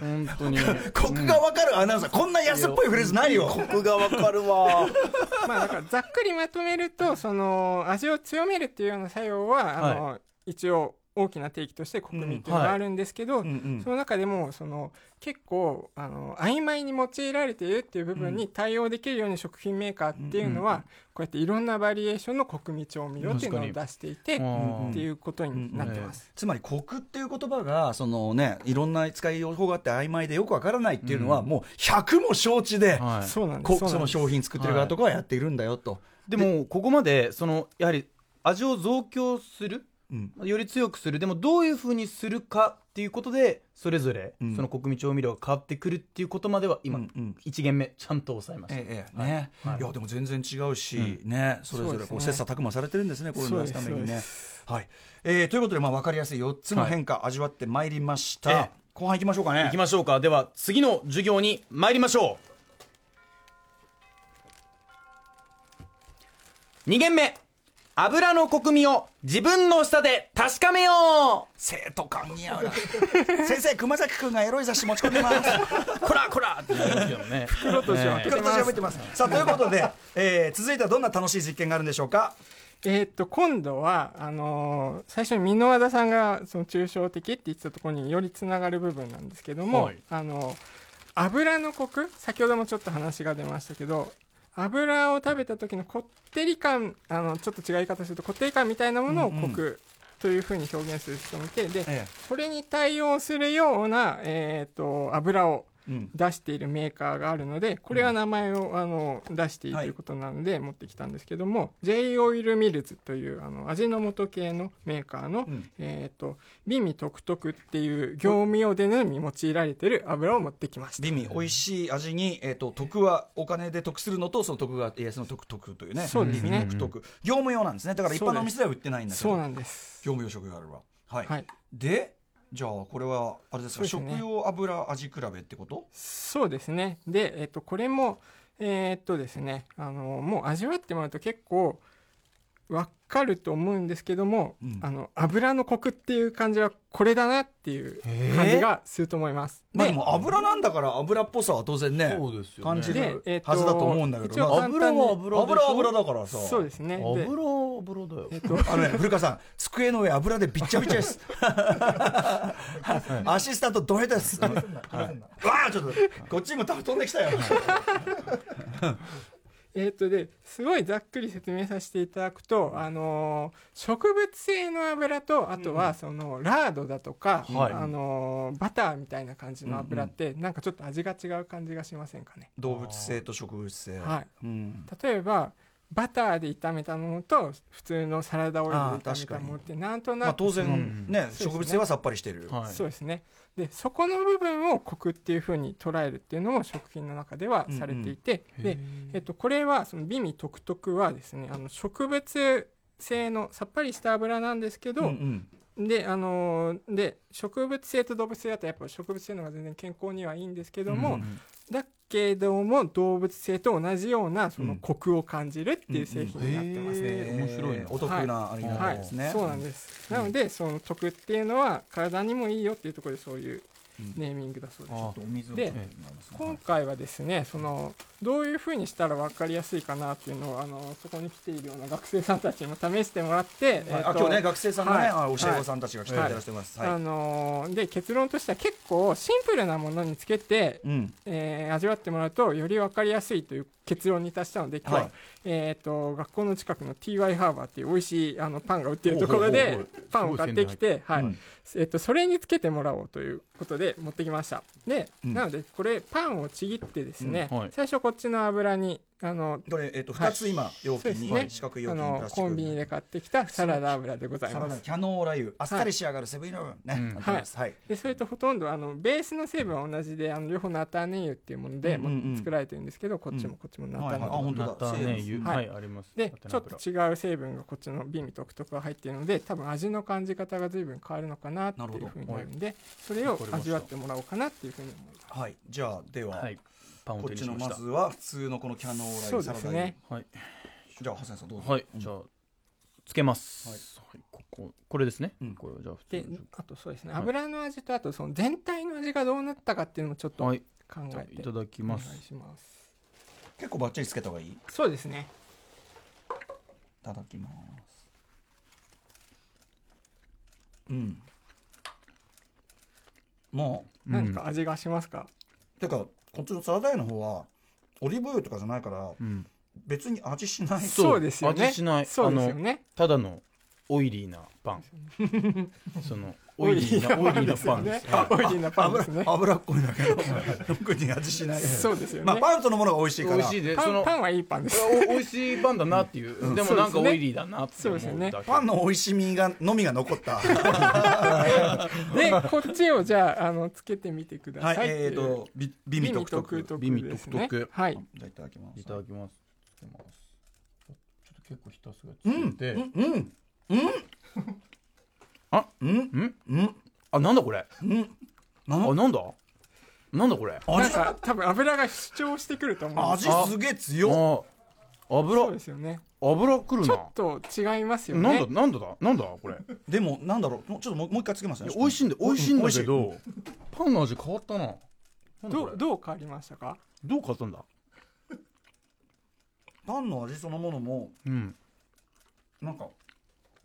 [SPEAKER 4] 本当に
[SPEAKER 3] コクが分かるアナウンサーこんな安っぽいフレーズないよコクが分かるわ
[SPEAKER 5] まあ、だから、ざっくりまとめると、その、味を強めるっていうような作用は、あの、一応、大きな定義として国民っていうのがあるんですけど、
[SPEAKER 3] うんうん
[SPEAKER 5] その中でもその結構あの曖昧に用いられているっていう部分に対応できるように食品メーカーっていうのは、こうやっていろんなバリエーションの国民調味料っていうのを
[SPEAKER 4] 確かに
[SPEAKER 5] 出していて、
[SPEAKER 4] うん
[SPEAKER 5] っていうことになってます。
[SPEAKER 3] つまり「コク」っていう言葉がそのねいろんな使い方法があって曖昧でよくわからないっていうのは、
[SPEAKER 4] うん
[SPEAKER 3] もう100も承知で、
[SPEAKER 4] はい
[SPEAKER 5] そうなんで
[SPEAKER 3] こ
[SPEAKER 5] す。そう
[SPEAKER 3] そ
[SPEAKER 5] なん
[SPEAKER 3] の
[SPEAKER 5] です
[SPEAKER 3] 商品作ってる側とかはやっているんだよと、
[SPEAKER 4] でもここまでそのやはり味を増強する
[SPEAKER 3] うん
[SPEAKER 4] より強くするでもどういうふうにするかっていうことでそれぞれ
[SPEAKER 3] うん
[SPEAKER 4] その国民調味料が変わってくるっていうことまでは今、
[SPEAKER 3] うんうん
[SPEAKER 4] 一限目ちゃんと抑えました、
[SPEAKER 3] ええええね
[SPEAKER 4] はい
[SPEAKER 3] い、やでも全然違うし、ねそれぞれこ
[SPEAKER 5] そう
[SPEAKER 3] う
[SPEAKER 5] ですね
[SPEAKER 3] 切磋琢磨されてるんですねこれを出すため
[SPEAKER 5] そう
[SPEAKER 3] に
[SPEAKER 5] で
[SPEAKER 3] ね。はいえーということで、まあ、分かりやすい4つの変化、味わってまいりました、
[SPEAKER 4] ええ
[SPEAKER 3] 後半いきましょうかね
[SPEAKER 4] いきましょうかでは次の授業に参りましょう2限目油の国民を自分の舌で確かめよう
[SPEAKER 3] 生徒感似合うな先生熊崎君がエロい雑誌持ち込んでます
[SPEAKER 4] こらこらって言うんですけどね袋と
[SPEAKER 5] しは
[SPEAKER 3] 黒と喋ってます さあということで、えー、続いてはどんな楽しい実験があるんでしょうか
[SPEAKER 5] えーっと、今度は、あのー最初に箕輪田さんが、その抽象的って言ってたところによりつながる部分なんですけども、
[SPEAKER 4] はい
[SPEAKER 5] あのー油のコク先ほどもちょっと話が出ましたけど、油を食べた時のこってり感、あの、ちょっと違う言い方すると、こってり感みたいなものをコクというふうに表現する人もいて、で、
[SPEAKER 3] え
[SPEAKER 5] これに対応するような、えーっと、油を
[SPEAKER 3] うん
[SPEAKER 5] 出しているメーカーがあるのでこれは名前を、あの出している
[SPEAKER 3] はい
[SPEAKER 5] ということなので持ってきたんですけども、J オイルミルズというあの味の素系のメーカーの、
[SPEAKER 3] うん
[SPEAKER 5] えっ、と美味独特っていう業務用デニムに用いられている油を持ってきました
[SPEAKER 3] 美味美味しい味に、えー、と徳はお金で得するのとその徳が家康の徳徳というね
[SPEAKER 5] そうですね
[SPEAKER 3] 美味徳徳業務用なんですねだから一般のお店では売ってないんだけど
[SPEAKER 5] そうな
[SPEAKER 3] 業
[SPEAKER 5] んです
[SPEAKER 3] 務用食用あるわはい、
[SPEAKER 5] はい
[SPEAKER 3] でじゃあこれはあれですか
[SPEAKER 5] そうですね
[SPEAKER 3] 食用油味比べってこと
[SPEAKER 5] そうですねで、えっとこれもえーっとですねあのもう味わってもらうと結構わかると思うんですけども、
[SPEAKER 3] うん
[SPEAKER 5] あの油のコクっていう感じはこれだなっていう感じがすると思います。
[SPEAKER 3] まあでも油なんだから油っぽさは当然ね
[SPEAKER 4] そうですよね
[SPEAKER 3] 感じ
[SPEAKER 5] で
[SPEAKER 3] る、
[SPEAKER 5] えっ
[SPEAKER 3] はずだと思うんだけど
[SPEAKER 5] 一応
[SPEAKER 3] な
[SPEAKER 5] 簡単に
[SPEAKER 4] 油は油でしょ
[SPEAKER 3] 油は油だからさ
[SPEAKER 5] そうですね。で
[SPEAKER 4] 油油だよ
[SPEAKER 5] えっと、
[SPEAKER 3] あのね、古川さん、机の上油でびっちゃびちゃです。アシスタントどれです。わあ、ちょっと、こっちにも飛んできた よ。
[SPEAKER 5] えっとで、すごいざっくり説明させていただくと、あのー植物性の油と、あとはその、ラードだとか、
[SPEAKER 4] はい
[SPEAKER 5] あのーバターみたいな感じの油って、なんかちょっと味が違う感じがしませんかね。
[SPEAKER 3] 動物性と植物性。
[SPEAKER 5] はい
[SPEAKER 3] うん。
[SPEAKER 5] 例えば、バターで炒めたものと、普通のサラダオイルで
[SPEAKER 3] あー
[SPEAKER 5] 炒めたものって、なんと
[SPEAKER 3] ま
[SPEAKER 5] な
[SPEAKER 3] あ、
[SPEAKER 5] く、
[SPEAKER 3] 当然
[SPEAKER 4] ん、
[SPEAKER 3] ね、
[SPEAKER 5] すね
[SPEAKER 3] 植物性はさっぱりしてる。
[SPEAKER 4] はい
[SPEAKER 5] そうですね。で、そこの部分をコクっていうふうに捉えるっていうのも食品の中ではされていて、で、えっと、これは、その美味独特はですね、あの、植物性のさっぱりした油なんですけ
[SPEAKER 3] うんう
[SPEAKER 5] ど、
[SPEAKER 3] ん
[SPEAKER 5] で、あのーで、植物性と動物性だとやっぱ植物性の方が全然健康にはいいんですけども、だけども動物性と同じようなそのコクを感じるっていう製品になってますね。
[SPEAKER 4] へー面白いね
[SPEAKER 3] お得なあれな
[SPEAKER 5] は
[SPEAKER 3] んで
[SPEAKER 5] い
[SPEAKER 3] すね。
[SPEAKER 5] そうなんです、なのでその徳っていうのは体にもいいよっていうところでそういうネーミングだそうです、
[SPEAKER 4] あ
[SPEAKER 3] お水を
[SPEAKER 5] で
[SPEAKER 3] 飲みますね
[SPEAKER 5] 今回はですねそのどういうふうにしたら分かりやすいかなっていうのをあのそこに来ているような学生さんたちにも試してもらって、
[SPEAKER 3] はい
[SPEAKER 5] えー
[SPEAKER 3] あ、
[SPEAKER 5] と
[SPEAKER 3] 今日ね、学生さんがね、あ
[SPEAKER 5] は
[SPEAKER 3] 教
[SPEAKER 5] い
[SPEAKER 3] え子さんたちが来ていただいてます。
[SPEAKER 5] あ
[SPEAKER 3] はい。
[SPEAKER 5] のーで結論としては結構シンプルなものにつけて、
[SPEAKER 3] うん。
[SPEAKER 5] えー味わってもらうとより分かりやすいという結論に達したので今日は、
[SPEAKER 3] はい
[SPEAKER 5] えー、と学校の近くの TY ハーバーっていう美味しいあのパンが売ってるところでパンを買ってきて、はい
[SPEAKER 3] うん
[SPEAKER 5] えー、とそれにつけてもらおうということで持ってきましたで、
[SPEAKER 3] うん
[SPEAKER 5] なのでこれパンをちぎってですね、
[SPEAKER 4] うんはい
[SPEAKER 5] 最初こっちの油にあの
[SPEAKER 3] これ、えっと、
[SPEAKER 5] はい
[SPEAKER 3] 二つ今、容器
[SPEAKER 5] そうですね
[SPEAKER 3] に、四角い容
[SPEAKER 5] あ
[SPEAKER 3] 器にプ
[SPEAKER 5] の
[SPEAKER 3] ラスチッ
[SPEAKER 5] コ
[SPEAKER 3] ク
[SPEAKER 5] ンビニで買ってきたサラダ油でござい
[SPEAKER 3] サラ
[SPEAKER 5] ま
[SPEAKER 3] ダ
[SPEAKER 5] す
[SPEAKER 3] キャノーラ油あっさり仕上がるセブンイレブンね、
[SPEAKER 4] うん
[SPEAKER 3] ありますはい
[SPEAKER 5] でそれとほとんどあのベースの成分は同じであの両方ナターネ油っていうもので、
[SPEAKER 3] うんうんうん
[SPEAKER 5] 作られてるんですけどこっちもこっちもナターネ
[SPEAKER 3] はいはい
[SPEAKER 5] 油
[SPEAKER 3] あ本当だ
[SPEAKER 4] ナタねゆ
[SPEAKER 5] はい
[SPEAKER 4] はいあります
[SPEAKER 5] で
[SPEAKER 4] ナタ
[SPEAKER 5] ちょ
[SPEAKER 4] ナ
[SPEAKER 5] っ
[SPEAKER 4] ブラ
[SPEAKER 5] と違う成分がこっちの美味独特が入っているので多分味の感じ方が随分変わるのかなって
[SPEAKER 3] なるほ
[SPEAKER 5] い
[SPEAKER 3] ど
[SPEAKER 5] うふうになるんでそれを味わってもらおうかなっていうふうに思います
[SPEAKER 3] はいじゃあでは、
[SPEAKER 4] はいパンを
[SPEAKER 3] こっ
[SPEAKER 4] 手に
[SPEAKER 3] ち
[SPEAKER 4] し
[SPEAKER 3] の
[SPEAKER 4] ま
[SPEAKER 3] ま
[SPEAKER 4] した
[SPEAKER 3] ずは普通のこのキャノーラ
[SPEAKER 5] そ
[SPEAKER 3] 油
[SPEAKER 5] う
[SPEAKER 3] サ
[SPEAKER 5] で
[SPEAKER 3] ラ
[SPEAKER 5] す
[SPEAKER 3] ダ油、
[SPEAKER 5] ね
[SPEAKER 4] はい
[SPEAKER 3] じゃあハセンさんどうぞ、
[SPEAKER 4] はいじゃあつけます
[SPEAKER 3] はい
[SPEAKER 4] はいこここれですね
[SPEAKER 3] うん
[SPEAKER 4] これをじゃあ普通
[SPEAKER 5] で
[SPEAKER 4] に
[SPEAKER 5] あとそうですね
[SPEAKER 4] はい
[SPEAKER 5] 油の味とあとその全体の味がどうなったかっていうのもちょっと考
[SPEAKER 4] は
[SPEAKER 5] え
[SPEAKER 4] いじゃあ
[SPEAKER 5] て
[SPEAKER 4] いただき
[SPEAKER 5] お願
[SPEAKER 4] ま
[SPEAKER 5] い
[SPEAKER 4] す
[SPEAKER 5] します
[SPEAKER 3] 結構バッチリつけた方がいいい
[SPEAKER 5] そうですね
[SPEAKER 3] ただきますうんも
[SPEAKER 4] うん
[SPEAKER 5] 何か味がしますか
[SPEAKER 3] うてかこっちのサラダ油の方はオリーブ油とかじゃないから
[SPEAKER 4] うん
[SPEAKER 3] 別に味しない
[SPEAKER 4] そう
[SPEAKER 5] そうですよね
[SPEAKER 4] 味しない
[SPEAKER 5] そうですよね
[SPEAKER 4] ただのオイリーなパ ンそのオイリーなオイリーなパンです
[SPEAKER 5] ねオイリーなパンで
[SPEAKER 3] 油
[SPEAKER 5] すね
[SPEAKER 3] 油っこいんだけど特に味しない
[SPEAKER 5] そうですよ
[SPEAKER 3] まあ
[SPEAKER 5] ね
[SPEAKER 3] パンとのものが美味しい
[SPEAKER 4] 美
[SPEAKER 3] から
[SPEAKER 4] 味しいで
[SPEAKER 5] パ
[SPEAKER 4] そ
[SPEAKER 5] ン
[SPEAKER 4] の
[SPEAKER 5] パンはいいパンです
[SPEAKER 4] お美味しいパンだなっていう、でもな
[SPEAKER 5] そうで
[SPEAKER 4] んか
[SPEAKER 5] す
[SPEAKER 4] オ
[SPEAKER 5] ね
[SPEAKER 4] イリーだなって思うだけ
[SPEAKER 5] そうですね
[SPEAKER 3] パンの美味しみがのみが残 った。
[SPEAKER 5] でこっちをじゃああのつけてみてくだ
[SPEAKER 3] はい
[SPEAKER 5] さい、って
[SPEAKER 3] え
[SPEAKER 5] い
[SPEAKER 3] ー
[SPEAKER 5] う
[SPEAKER 3] とビ
[SPEAKER 5] 美
[SPEAKER 3] ビミ
[SPEAKER 5] 味
[SPEAKER 3] 独
[SPEAKER 5] 独
[SPEAKER 3] 特。
[SPEAKER 5] 特
[SPEAKER 4] 美味
[SPEAKER 5] です
[SPEAKER 4] 独
[SPEAKER 5] ね
[SPEAKER 4] 特
[SPEAKER 5] はい
[SPEAKER 3] じゃあいただきます。
[SPEAKER 4] いただきますつけますちょっと結構ひたすらつ
[SPEAKER 3] うん
[SPEAKER 4] けて、
[SPEAKER 3] うんうん
[SPEAKER 4] あ
[SPEAKER 3] うん
[SPEAKER 4] うん
[SPEAKER 3] うん
[SPEAKER 4] あなんだこれ
[SPEAKER 3] うん。なん
[SPEAKER 4] あなんだなんだこれ
[SPEAKER 5] なんか多分油が主張してくると思うんです
[SPEAKER 3] 味すげえ強っ。
[SPEAKER 4] あ油
[SPEAKER 5] そうですよね
[SPEAKER 4] 油くる
[SPEAKER 5] ちょ
[SPEAKER 4] な
[SPEAKER 5] っと違いますよね
[SPEAKER 4] なんだなんだだなんだこれ
[SPEAKER 3] でもなんだろうもうちょっともうもう一回つけますね
[SPEAKER 4] いや美味しいんだ美味しいんだけ
[SPEAKER 3] う
[SPEAKER 4] どパンの味変わったななんだこ
[SPEAKER 5] ど
[SPEAKER 4] れ
[SPEAKER 5] うどう変わりましたか
[SPEAKER 4] どう変わったんだ
[SPEAKER 3] パンの味そのものも
[SPEAKER 4] うん
[SPEAKER 3] なんか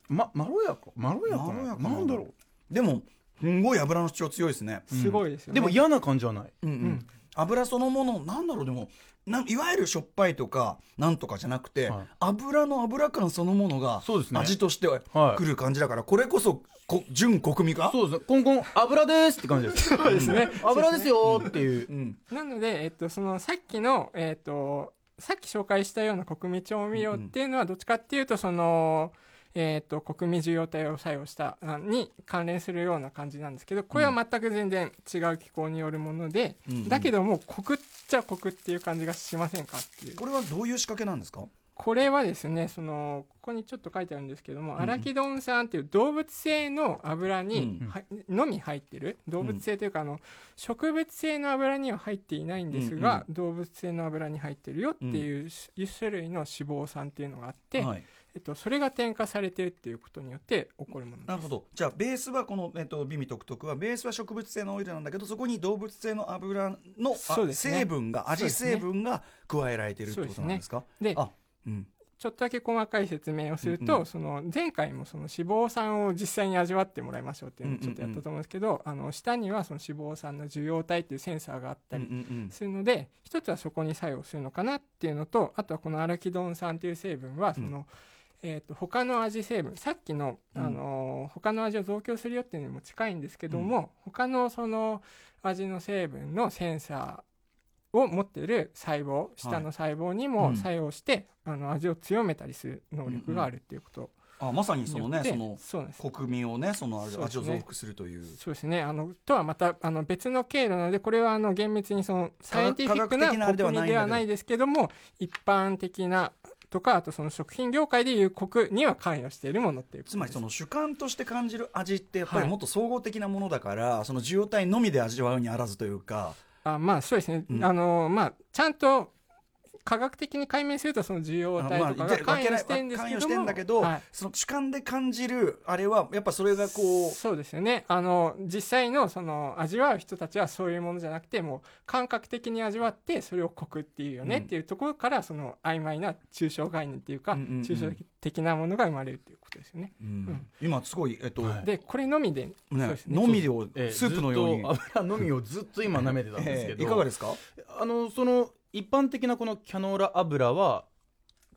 [SPEAKER 4] ままろやかまろやかな
[SPEAKER 3] まろやかな
[SPEAKER 4] なんだろ
[SPEAKER 3] でもすんごい油の主張強いですね
[SPEAKER 4] うん
[SPEAKER 5] すごいです
[SPEAKER 4] う
[SPEAKER 5] よね
[SPEAKER 4] でも嫌な感じはない
[SPEAKER 3] うんうん
[SPEAKER 5] うん
[SPEAKER 3] 油そのものなんだろうでもないわゆるしょっぱいとかなんとかじゃなくて、
[SPEAKER 4] はい
[SPEAKER 3] 油の油感そのものが
[SPEAKER 4] そうですね
[SPEAKER 3] 味としては
[SPEAKER 4] はい
[SPEAKER 3] くる感じだから、これこそこ純国民か
[SPEAKER 4] そうですねコンコン油ですって感じです そうです
[SPEAKER 5] ね
[SPEAKER 4] 油ですよーっていう
[SPEAKER 3] うん、
[SPEAKER 5] なので、えっと、そのさっきの、えっと、さっき紹介したような国民調味料っていうのはどっちかっていうとその、えっと国民需要体を作用したあに関連するような感じなんですけどこれは全く全然違う気候によるもので、
[SPEAKER 3] うんうん
[SPEAKER 5] だけどもうコクっちゃコクっていう感じがしませんかっていう
[SPEAKER 3] これはどういう仕掛けなんですか
[SPEAKER 5] これはですねそのここにちょっと書いてあるんですけども、アラキドン酸っていう動物性の油に、
[SPEAKER 3] うん
[SPEAKER 5] はのみ入ってる動物性というか、あの植物性の油には入っていないんですが、動物性の油に入ってるよっていう一種類の脂肪酸っていうのがあって、
[SPEAKER 3] はい、
[SPEAKER 5] えっと、それが添加されてるっていうことによって起こるもの
[SPEAKER 3] なるほどじゃあベースはこの、えっと、美味独特はベースは植物性のオイルなんだけどそこに動物性の油の、あ
[SPEAKER 5] そうですね
[SPEAKER 3] 成分が
[SPEAKER 5] そう
[SPEAKER 3] 味
[SPEAKER 5] ですね
[SPEAKER 3] 成分が加えられてるってことなんですか
[SPEAKER 5] で
[SPEAKER 3] あうん
[SPEAKER 5] ちょっとだけ細かい説明をすると、
[SPEAKER 3] うんうん
[SPEAKER 5] その前回もその脂肪酸を実際に味わってもらいましょうっていうのをちょっとやったと思うんですけど、あの下にはその脂肪酸の受容体っていうセンサーがあった
[SPEAKER 3] うんう
[SPEAKER 5] り
[SPEAKER 3] ん
[SPEAKER 5] するので一つはそこに作用するのかなっていうのとあとはこのアラキドン酸っていう成分はその、えー、と他の味成分さっきの、
[SPEAKER 3] うん
[SPEAKER 5] あのー他の味を増強するよっていうのにも近いんですけども、他のその味の成分のセンサーを持ってる細胞下の細胞に
[SPEAKER 3] う
[SPEAKER 5] も
[SPEAKER 3] ん
[SPEAKER 5] 作用して、あの味を強めたりする能力があるっていうこと
[SPEAKER 3] あまさに
[SPEAKER 5] に
[SPEAKER 3] そ
[SPEAKER 5] よ
[SPEAKER 3] の
[SPEAKER 5] って、
[SPEAKER 3] ねその
[SPEAKER 5] そうなんです
[SPEAKER 3] 国民をねその味
[SPEAKER 5] そうです
[SPEAKER 3] を
[SPEAKER 5] ね
[SPEAKER 3] 増幅するという
[SPEAKER 5] そうですねあのとはまたあの別の経路なのでこれはあの厳密にそのサイエンティフィックな
[SPEAKER 3] 科学的なあれでは
[SPEAKER 5] 国民
[SPEAKER 3] ないんだけど
[SPEAKER 5] ではないですけども一般的なとかあとその食品業界でいう国には関与しているものっていうこと
[SPEAKER 3] つまりその主観として感じる味ってやっぱ
[SPEAKER 5] は
[SPEAKER 3] り
[SPEAKER 5] い
[SPEAKER 3] もっと総合的なものだから、その受容体のみで味わうにあらずというか
[SPEAKER 5] あまあそうですね、
[SPEAKER 3] うん
[SPEAKER 5] あのまあちゃんと科学的に解明するとその需要体とかが関与してるんです
[SPEAKER 3] 関
[SPEAKER 5] けど
[SPEAKER 3] 与して
[SPEAKER 5] も
[SPEAKER 3] んだけど、
[SPEAKER 5] はい
[SPEAKER 3] その主観で感じるあれはやっぱそれがこう
[SPEAKER 5] そうですよねあの実際のその味わう人たちはそういうものじゃなくてもう感覚的に味わってそれを「コク」っていうよね
[SPEAKER 3] うん
[SPEAKER 5] っていうところからその曖昧な抽象概念っていうか
[SPEAKER 3] うんうんうん
[SPEAKER 5] 抽象的なものが生まれるっていうことですよね。
[SPEAKER 3] うん今すごいえっと、
[SPEAKER 4] はい
[SPEAKER 5] でこれのみで
[SPEAKER 3] ね
[SPEAKER 5] そうですね
[SPEAKER 3] のみでを
[SPEAKER 4] ええ
[SPEAKER 3] スープのように、
[SPEAKER 4] ずっと油のみをずっと今舐めてたんですけ
[SPEAKER 3] え
[SPEAKER 4] ど、
[SPEAKER 3] えいかがですか
[SPEAKER 4] あのその一般的なこのキャノーラ油は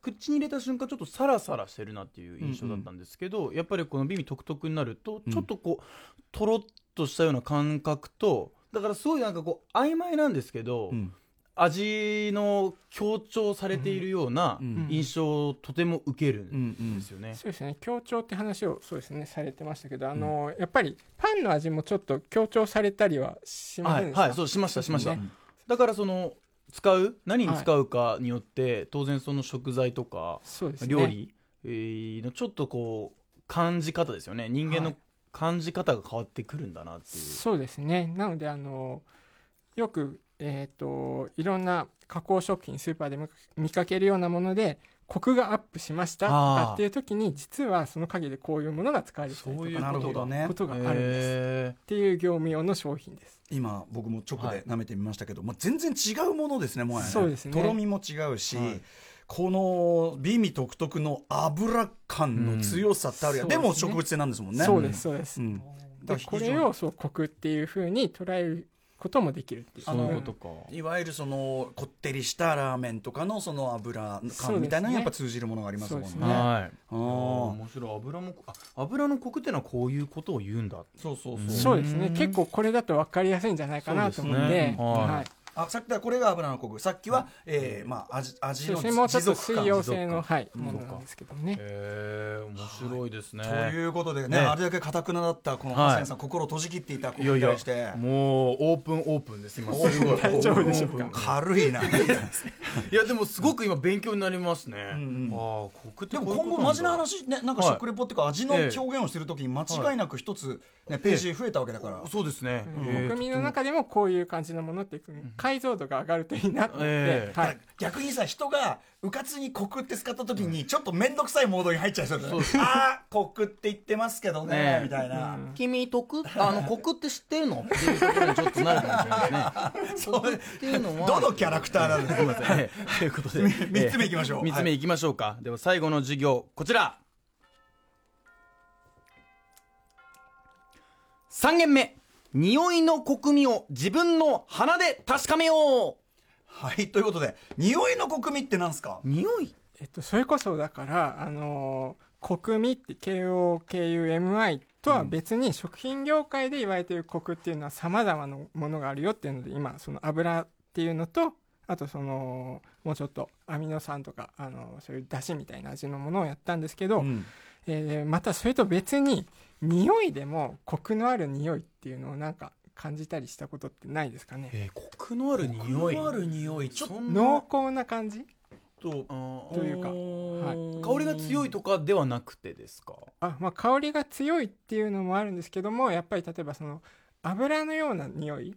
[SPEAKER 4] 口に入れた瞬間ちょっとサラサラしてるなっていう印象だったんですけど、やっぱりこのビビ独特になると
[SPEAKER 3] うん
[SPEAKER 4] ちょっとこう、とろっとしたような感覚とだからすごいなんかこう曖昧なんですけど、
[SPEAKER 3] うん
[SPEAKER 4] 味の強調されているような
[SPEAKER 3] うん
[SPEAKER 4] 印象をとても受け
[SPEAKER 3] う
[SPEAKER 4] る
[SPEAKER 3] んんうん
[SPEAKER 4] ですよね。
[SPEAKER 5] そうですね強調って話をそうですねされてましたけどあの、やっぱりパンの味もちょっと強調されたりはしま
[SPEAKER 4] は
[SPEAKER 5] せん
[SPEAKER 4] い、
[SPEAKER 5] でした、
[SPEAKER 4] はい、そうしましたしました、
[SPEAKER 5] ね
[SPEAKER 4] だからその使う何に使うかによって、当然その食材とか
[SPEAKER 5] そうですね
[SPEAKER 4] 料理えーのちょっとこう感じ方ですよね人間
[SPEAKER 5] は
[SPEAKER 4] の
[SPEAKER 5] い
[SPEAKER 4] 感じ方が変わってくるんだなっていう、
[SPEAKER 5] そうですねなのであのよく、えー、といろんな加工食品スーパーで見か見かけるようなものでコクがアップしました
[SPEAKER 4] あー
[SPEAKER 5] っていう時に実はその陰でこういうものが使われてたりと
[SPEAKER 4] そういう
[SPEAKER 5] か
[SPEAKER 3] なるほどね
[SPEAKER 5] ことがあるんです、っ
[SPEAKER 4] へ
[SPEAKER 5] ていう業務用の商品です。
[SPEAKER 3] 今僕も直
[SPEAKER 4] は
[SPEAKER 3] で
[SPEAKER 4] い
[SPEAKER 3] 舐めてみましたけど、もう全然違うものですねもはや
[SPEAKER 5] そうですね
[SPEAKER 3] とろみも違うし、
[SPEAKER 4] はい
[SPEAKER 3] この美味独特の油感の強さってあるや、
[SPEAKER 5] うん
[SPEAKER 3] でも
[SPEAKER 5] そうですね
[SPEAKER 3] 植物性なんですもんね
[SPEAKER 5] そうですそうです、
[SPEAKER 3] うん
[SPEAKER 5] で
[SPEAKER 3] だから
[SPEAKER 5] こ
[SPEAKER 3] 非
[SPEAKER 5] れ
[SPEAKER 3] 常に
[SPEAKER 5] をそうコクっていうふうに捉えることもできるっていう
[SPEAKER 4] ー
[SPEAKER 3] あ
[SPEAKER 4] そ
[SPEAKER 3] の
[SPEAKER 4] ういうことか
[SPEAKER 3] いわゆるそのこってりしたラーメンとかのその油
[SPEAKER 5] そうです
[SPEAKER 3] 感
[SPEAKER 5] ね
[SPEAKER 3] みたいなのにやっぱ通じるものがありますもんね
[SPEAKER 5] そうですね
[SPEAKER 4] はい
[SPEAKER 3] あ
[SPEAKER 4] あ
[SPEAKER 3] ー
[SPEAKER 4] ー面白い油もあ油のコクっていうのはこういうことを言うんだ
[SPEAKER 3] そうそう
[SPEAKER 4] うん
[SPEAKER 3] そう
[SPEAKER 5] そうですね結構これだと分かりやすいんじゃないかなと思うん
[SPEAKER 4] そうで
[SPEAKER 5] です
[SPEAKER 4] ねはい
[SPEAKER 5] はい
[SPEAKER 3] あさっきだこれが油のコクさっきは、えーまあ味味
[SPEAKER 5] そう
[SPEAKER 3] の
[SPEAKER 5] ですねもうちょ
[SPEAKER 3] 持
[SPEAKER 5] っと
[SPEAKER 3] 続
[SPEAKER 5] 水
[SPEAKER 3] 感
[SPEAKER 5] 溶性の、はい、
[SPEAKER 3] うん
[SPEAKER 5] ものなんですけどね
[SPEAKER 4] へえ面白いですね、
[SPEAKER 3] ということでね
[SPEAKER 4] ね
[SPEAKER 3] あれだけかたくなだったこの
[SPEAKER 4] はい
[SPEAKER 3] ハセンさん、心を閉じ切っていたこ
[SPEAKER 4] い
[SPEAKER 3] と
[SPEAKER 4] やい
[SPEAKER 3] に
[SPEAKER 4] や
[SPEAKER 3] 対して
[SPEAKER 4] もうオープンオープンです今す ごい
[SPEAKER 5] 大丈夫でしょうか
[SPEAKER 3] 軽 いな
[SPEAKER 4] いやでもすごく今勉強になりますね、
[SPEAKER 3] うんうん
[SPEAKER 4] ああコクって
[SPEAKER 3] で
[SPEAKER 4] こう
[SPEAKER 3] も
[SPEAKER 4] いうこと
[SPEAKER 3] 今後
[SPEAKER 4] なんだ
[SPEAKER 3] マジな話ねなんか食レポっていうか味の
[SPEAKER 4] え
[SPEAKER 3] 表
[SPEAKER 4] え
[SPEAKER 3] 現をしてる時に間違いなく一つ、ね、ページ増えたわけだから、
[SPEAKER 4] そうですね、
[SPEAKER 5] 国民の中でもこういう感じのものっていう解像度が上がるといいなと思って、
[SPEAKER 4] ええ
[SPEAKER 5] はい、
[SPEAKER 3] 逆にさ人がうかつに「コク」って使った時にちょっと面倒くさいモードに入っちゃいそうだねああコクって言ってますけどね
[SPEAKER 4] ねえ
[SPEAKER 3] みたいな、
[SPEAKER 4] 君、得あの、コクって知ってるのっていうところにちょっとなるかもしれ ないですね。コクっていうのは。
[SPEAKER 3] どのキャラクターなんです
[SPEAKER 4] すい ません。はいということで。
[SPEAKER 3] 三つ目いきましょう
[SPEAKER 4] 3つ目いきましょうか。では最後の授業、こちら。3件目。匂いの国味を自分の鼻で確かめよ
[SPEAKER 3] はいということで匂いの国味ってなんですか
[SPEAKER 4] う匂い
[SPEAKER 5] えっと、それこそだから、あのー国民って KOKUMI とは別に食品業界で言われている国っていうのは様々なものがあるよっていうので、今、その油っていうのと、あとその、もうちょっとアミノ酸とか、あのーそういう出汁みたいな味のものをやったんですけど、
[SPEAKER 3] うん
[SPEAKER 5] えーまたそれと別に、匂いでもコクのある匂いっていうのをなんか感じたりしたことってないですかね。
[SPEAKER 4] えー、コクのある匂い。
[SPEAKER 3] ある匂いちょっ
[SPEAKER 4] そんな
[SPEAKER 5] 濃厚な感じ
[SPEAKER 3] と
[SPEAKER 4] あ
[SPEAKER 5] というか
[SPEAKER 3] は
[SPEAKER 4] ー香りが強いとかではなくてですか
[SPEAKER 5] あまあ、香りが強いっていうのもあるんですけどもやっぱり例えばその油のような匂い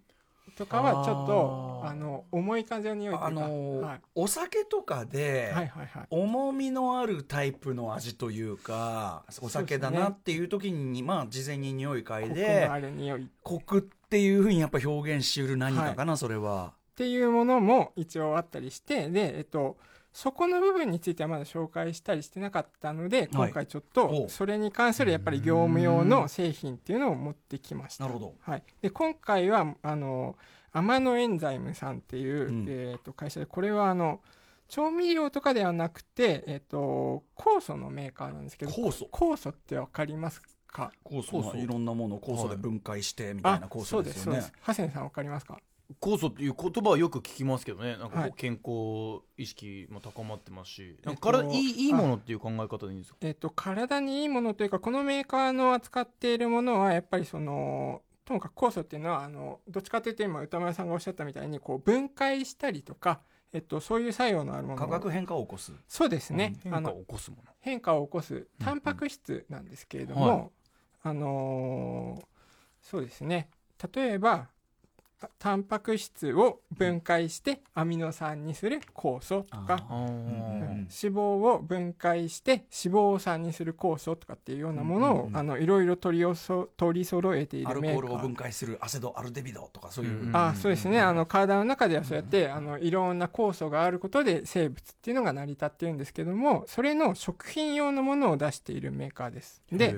[SPEAKER 5] とかはちょっと
[SPEAKER 4] あー
[SPEAKER 5] あの重い感じの匂いというか、
[SPEAKER 3] あのー
[SPEAKER 5] はい、
[SPEAKER 3] お酒とかで、
[SPEAKER 5] はいはいはい
[SPEAKER 3] 重みのあるタイプの味というかお酒だなっていう時にまあ事前に匂い嗅
[SPEAKER 5] コ
[SPEAKER 3] い
[SPEAKER 5] ク
[SPEAKER 3] で
[SPEAKER 5] のある匂いっ
[SPEAKER 3] コクっていうふうにやっぱ表現しうる何かかな、それは
[SPEAKER 5] ていうものも一応あったりしてでえっとそこの部分についてはまだ紹介したりしてなかったので今回ちょっ
[SPEAKER 3] お
[SPEAKER 5] とそれに関するやっぱり業務用の製品っていうのを持ってきました
[SPEAKER 3] なるほど
[SPEAKER 5] はい、で今回はあのアマノエンザイムさんっていう、
[SPEAKER 3] うん
[SPEAKER 5] えー、と会社でこれはあの調味料とかではなくて、えー、と酵素のメーカーなんですけど
[SPEAKER 3] 酵素
[SPEAKER 5] 酵素ってわかりますか
[SPEAKER 3] 酵
[SPEAKER 4] 素
[SPEAKER 3] 素いろんなものを酵素で分解してみたいな酵
[SPEAKER 5] そ
[SPEAKER 3] 素
[SPEAKER 5] う
[SPEAKER 3] で
[SPEAKER 5] です
[SPEAKER 3] す
[SPEAKER 5] そう
[SPEAKER 3] よね、
[SPEAKER 5] ですハセンさんわかりますか
[SPEAKER 4] 酵素っていう言葉はよく聞きますけどねなんかこ
[SPEAKER 5] は
[SPEAKER 4] う
[SPEAKER 5] い
[SPEAKER 4] 健康意識も高まってますし、なん
[SPEAKER 5] え
[SPEAKER 4] か
[SPEAKER 5] っと
[SPEAKER 4] 体いいいいものっていう考え方でいいんですか
[SPEAKER 5] えっと、体にいいものというか、このメーカーの扱っているものは、やっぱりその、ともかく酵素っていうのは、あの、どっちかというと今、歌丸さんがおっしゃったみたいに、こう、分解したりとか、えっと、そういう作用のあるもの
[SPEAKER 3] 化
[SPEAKER 5] を。
[SPEAKER 3] 学変化を起こす
[SPEAKER 5] そうですね。
[SPEAKER 4] 変
[SPEAKER 5] あ
[SPEAKER 4] 化
[SPEAKER 5] の
[SPEAKER 4] を、起こすもの
[SPEAKER 5] 変化を起こすタンパク質なんですけれども、
[SPEAKER 4] はい
[SPEAKER 5] あのーそうですね例えばたタンパク質を分解してアミノ酸にする酵素とか、
[SPEAKER 4] あー
[SPEAKER 3] うん
[SPEAKER 5] 脂肪を分解して脂肪酸にする酵素とかっていうようなものを、
[SPEAKER 3] うんうんうん
[SPEAKER 5] あのいろいろ取りよそ取り揃えてい
[SPEAKER 3] ア
[SPEAKER 5] る
[SPEAKER 3] ルコ
[SPEAKER 5] メー
[SPEAKER 3] ー
[SPEAKER 5] カ
[SPEAKER 3] ルを
[SPEAKER 5] ー
[SPEAKER 3] 分解するアセドアルデビドとかそういう、
[SPEAKER 4] うん
[SPEAKER 5] あそうですね、あの体の中ではそうやって、あのいろんな酵素があることで生物っていうのが成り立ってるんですけどもそれの食品用のものを出しているメーカーですで、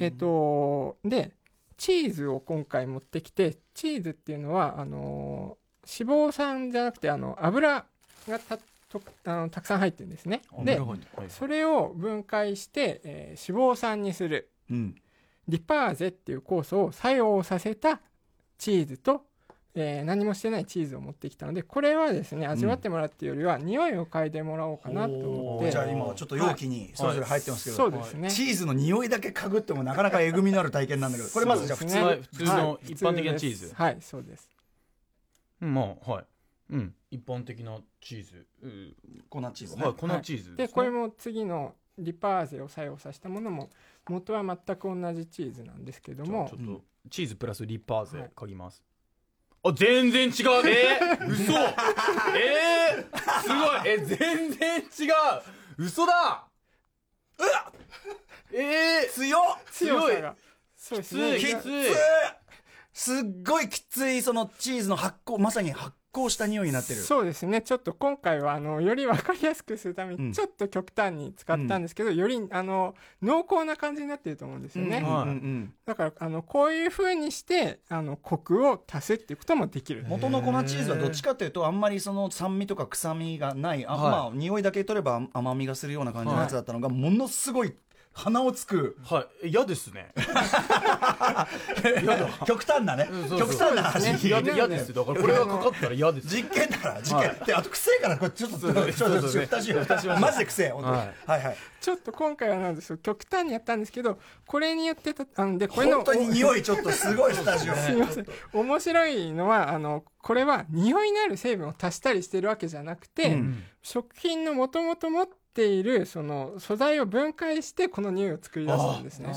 [SPEAKER 5] えっとでチーズを今回持ってきてチーズっていうのはあのー脂肪酸じゃなくてあの油がたとあのたくさん入ってるんですねでそれを分解して、えー脂肪酸にする
[SPEAKER 3] うん
[SPEAKER 5] リパーゼっていう酵素を作用させたチーズと、えー何もしてないチーズを持ってきたのでこれはですね味わってもらうっていうよりは、匂いを嗅いでもらおうかなと思って
[SPEAKER 3] じゃあ今ちょっと容器にそれぞれ入ってますけど、
[SPEAKER 5] そうですね、
[SPEAKER 3] チーズの匂いだけ嗅ぐってもなかなかえぐみのある体験なんだけどこれまずじゃあ普通、
[SPEAKER 5] そうですね
[SPEAKER 4] はい普通の
[SPEAKER 5] はい
[SPEAKER 4] 一般的なチー
[SPEAKER 5] 普
[SPEAKER 4] ズ
[SPEAKER 5] 通ですはいそうです
[SPEAKER 4] うんまあはいうん一般的なチーズうん
[SPEAKER 3] 粉チーズね、
[SPEAKER 4] はい粉チーズ
[SPEAKER 5] で
[SPEAKER 4] ね
[SPEAKER 5] これも次のリパーゼを作用させたものも元は全く同じチーズなんですけど
[SPEAKER 4] じゃあ
[SPEAKER 5] も
[SPEAKER 4] ちょっとチーズプラスリッパーゼ嗅ぎますあ全然違うえー、嘘えー、すごいえ全然違う嘘だうわえー、
[SPEAKER 3] 強っ
[SPEAKER 5] 強さがそうですね
[SPEAKER 4] きつい
[SPEAKER 5] が
[SPEAKER 3] すっごいきついそのチーズの発酵まさに発酵した匂いになってる
[SPEAKER 5] そうですねちょっと今回はあのより分かりやすくするため
[SPEAKER 3] うん
[SPEAKER 5] にちょっと極端に使ったんですけど、よりあの濃厚な感じになってると思うんですよね、
[SPEAKER 3] うんうんうん
[SPEAKER 5] だからあのこういう風にしてあのコクを足すっていうこともできる
[SPEAKER 3] 元の粉チーズはどっちかというとあんまりその酸味とか臭みがないあ、
[SPEAKER 4] はい
[SPEAKER 3] まあ匂いだけ取れば甘みがするような感じのやつだったのが、ものすごい鼻を つく
[SPEAKER 4] はい嫌ですね
[SPEAKER 3] 極端なね
[SPEAKER 4] うんそうそう
[SPEAKER 3] 極端な味
[SPEAKER 4] 嫌で嫌ですだからこれがかかったら嫌です
[SPEAKER 3] 実験だから実験、であと癖からこれちょっとちょっとちょっと蓋しようマジで癖本当に、
[SPEAKER 4] は
[SPEAKER 3] はいい、はいはい
[SPEAKER 5] ちょっと今回はなんですよ極端にやったんですけどこれによってたあのでこれの
[SPEAKER 3] 本当に匂いちょっとすごいスタジ オ
[SPEAKER 5] すみません面白いのはあのこれは匂いのある成分を足したりしてるわけじゃなくて、食品のもともと持っているその素材を分解してこの匂いを作り出すんですね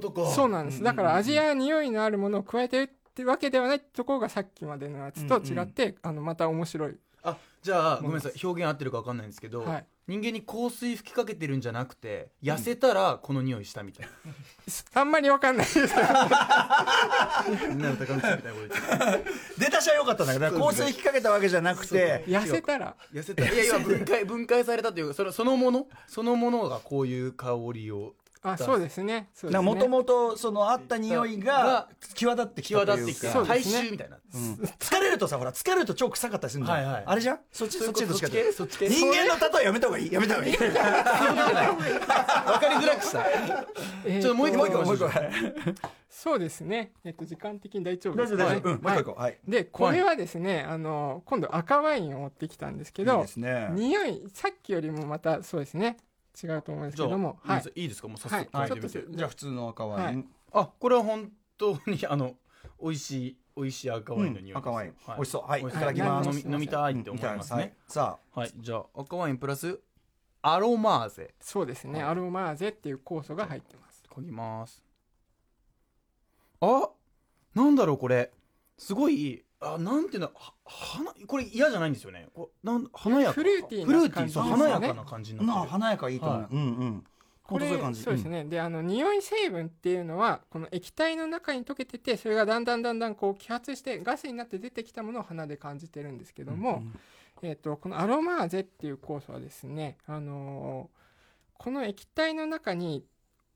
[SPEAKER 4] とか
[SPEAKER 5] そうなんですだから味や匂いのあるものを加えてるっってわけではないところがさっきまでのやつと違って、あのまた面白い、
[SPEAKER 4] あじゃあごめんなさい表現合ってるか分かんないんですけど、
[SPEAKER 5] はい
[SPEAKER 4] 人間に香水吹きかけてるんじゃなくて痩せたらこの匂いしたみたいな、
[SPEAKER 5] あんまりわ かんないです
[SPEAKER 4] みんなの高道さんみたい なこと言って
[SPEAKER 3] 出たしは良かったんだけど、香水引っ掛けたわけじゃなくて、
[SPEAKER 5] 痩せたら
[SPEAKER 4] る痩せたいやいや分解分解されたというかそれそのものそのものがこういう香りを
[SPEAKER 5] あそうですねそうですね
[SPEAKER 3] もともとそのあった匂いが
[SPEAKER 4] が
[SPEAKER 3] 際立ってき
[SPEAKER 4] 際
[SPEAKER 3] たと
[SPEAKER 4] 立
[SPEAKER 3] いう
[SPEAKER 4] ってき
[SPEAKER 3] か
[SPEAKER 4] て
[SPEAKER 5] そう
[SPEAKER 4] 大
[SPEAKER 5] ですね
[SPEAKER 4] 臭みたいな、
[SPEAKER 3] 疲れるとさほら疲れると超臭かったりするんじゃん、
[SPEAKER 4] はいはい
[SPEAKER 3] あれじゃんそっちそっちどっちか
[SPEAKER 4] そっ
[SPEAKER 3] っ
[SPEAKER 4] ち
[SPEAKER 3] て
[SPEAKER 4] 系そっち系
[SPEAKER 3] 人間の例えやめた方がいいやめた方がいいもう
[SPEAKER 4] 分かりづらくした
[SPEAKER 5] えー
[SPEAKER 4] ちょっともう一個
[SPEAKER 3] 一個もう一個はい
[SPEAKER 5] そうですねえっと時間的に大丈夫
[SPEAKER 3] 大
[SPEAKER 5] です
[SPEAKER 3] 丈夫
[SPEAKER 5] か
[SPEAKER 3] 大丈夫、うんもう
[SPEAKER 5] はい
[SPEAKER 3] 一個一個はい
[SPEAKER 5] でこれはですね、あの今度赤ワインを持ってきたんですけど
[SPEAKER 3] いいですね
[SPEAKER 5] 匂いさっきよりもまたそうですね違うと思うんです
[SPEAKER 4] じゃ
[SPEAKER 5] け
[SPEAKER 4] あ
[SPEAKER 5] どもはい
[SPEAKER 4] いいです、いいですかもう早
[SPEAKER 5] は
[SPEAKER 4] 速
[SPEAKER 5] い、
[SPEAKER 4] 嗅
[SPEAKER 5] ちょっと
[SPEAKER 4] いでみて、
[SPEAKER 5] す
[SPEAKER 3] じゃあ普通の赤ワイン、
[SPEAKER 5] は
[SPEAKER 3] う
[SPEAKER 5] い
[SPEAKER 3] ん
[SPEAKER 4] あこれは本当にあの美味しい美味しい赤ワインの匂いです、
[SPEAKER 3] 赤ワイン、
[SPEAKER 4] はい
[SPEAKER 3] 美味しそうはいい
[SPEAKER 4] 美味
[SPEAKER 3] た
[SPEAKER 4] しそ
[SPEAKER 3] だ
[SPEAKER 4] う
[SPEAKER 3] きます
[SPEAKER 5] はい
[SPEAKER 4] 飲み飲みたいって
[SPEAKER 3] うん
[SPEAKER 4] 思い
[SPEAKER 3] ただ
[SPEAKER 4] ます
[SPEAKER 3] は
[SPEAKER 4] ね
[SPEAKER 3] い、さあ
[SPEAKER 4] はい、じゃあ赤ワインプラスアロマーゼ
[SPEAKER 5] そうですね、アロマーゼっていう酵素が入ってます
[SPEAKER 4] 嗅ぎますあなんだろうこれすごいあなんていうのは花これ嫌じゃないんですよねこれなん華やか
[SPEAKER 5] フルーティーな
[SPEAKER 4] フルーティーそう
[SPEAKER 5] 感じです
[SPEAKER 4] 華
[SPEAKER 5] よ
[SPEAKER 4] や
[SPEAKER 5] ね
[SPEAKER 4] かな感じに
[SPEAKER 3] な
[SPEAKER 4] なっ
[SPEAKER 3] あ
[SPEAKER 4] てる
[SPEAKER 3] 華やかいいと思う、
[SPEAKER 4] はい
[SPEAKER 3] うんうん
[SPEAKER 5] こ
[SPEAKER 3] 本当
[SPEAKER 5] れ
[SPEAKER 3] そういう感じ
[SPEAKER 5] そうです
[SPEAKER 3] ん
[SPEAKER 5] ね、であの匂い成分っていうのはこの液体の中に溶けててそれがだんだんだんだんこう揮発してガスになって出てきたものを鼻で感じてるんですけども、えー、とこのアロマーゼっていう酵素はですね、あのーこの液体の中に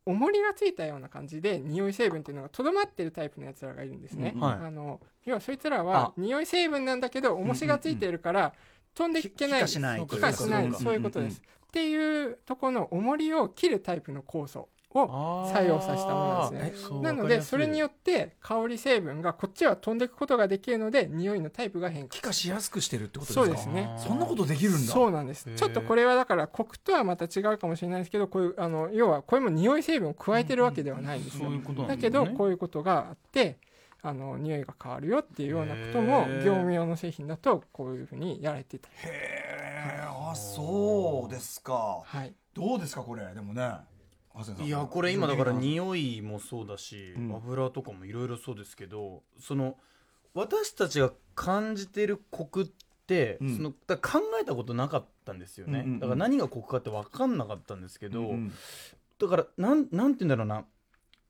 [SPEAKER 5] 重りがついたような感じで匂い成分っていうのがとどまってるタイプのやつらがいるんですね。
[SPEAKER 3] うん
[SPEAKER 4] はい
[SPEAKER 5] あの要はそいつらは匂い成分なんだけど重しがついてるから飛んでいけない
[SPEAKER 3] 気化しない
[SPEAKER 5] 気化しな
[SPEAKER 3] そう
[SPEAKER 5] い
[SPEAKER 3] か
[SPEAKER 5] そういうことです。っていうところの重りを切るタイプの酵素を作用させたものですね
[SPEAKER 4] あーそう
[SPEAKER 5] なの
[SPEAKER 4] わかり
[SPEAKER 5] で
[SPEAKER 4] やすい
[SPEAKER 5] それによって香り成分がこっちは飛んでいくことができるので匂いのタイプが変化
[SPEAKER 3] 気化しやすくしてるってことです
[SPEAKER 5] そ
[SPEAKER 3] か
[SPEAKER 5] うですね
[SPEAKER 4] あー
[SPEAKER 3] そんなことできるんだ
[SPEAKER 5] そうなんです
[SPEAKER 4] へー
[SPEAKER 5] ちょっとこれはだからコクとはまた違うかもしれないですけどこういうあの要はこれも匂い成分を加えてるわけではないんですよ、
[SPEAKER 4] そういうことなん
[SPEAKER 5] だ
[SPEAKER 4] です
[SPEAKER 5] け
[SPEAKER 4] ね
[SPEAKER 5] どこういうことがあってあの匂いが変わるよっていうようなこと
[SPEAKER 4] へ
[SPEAKER 5] も
[SPEAKER 4] ー
[SPEAKER 5] 業務用の製品だとこういうふうにやられてたり、
[SPEAKER 3] へえあそうですか
[SPEAKER 5] はい、
[SPEAKER 3] どうですかこれでもねハセンさん
[SPEAKER 4] いやこれ今だから
[SPEAKER 3] うん
[SPEAKER 4] 匂いもそうだし、
[SPEAKER 3] うん
[SPEAKER 4] 油とかもいろいろそうですけどその私たちが感じてるコクって、
[SPEAKER 3] うん
[SPEAKER 4] そのだから考えたことなかったんですよね、
[SPEAKER 3] うんうんうん
[SPEAKER 4] だから何がコクかって分かんなかったんですけど、
[SPEAKER 3] うん
[SPEAKER 4] だからなんなんて言うんだろうな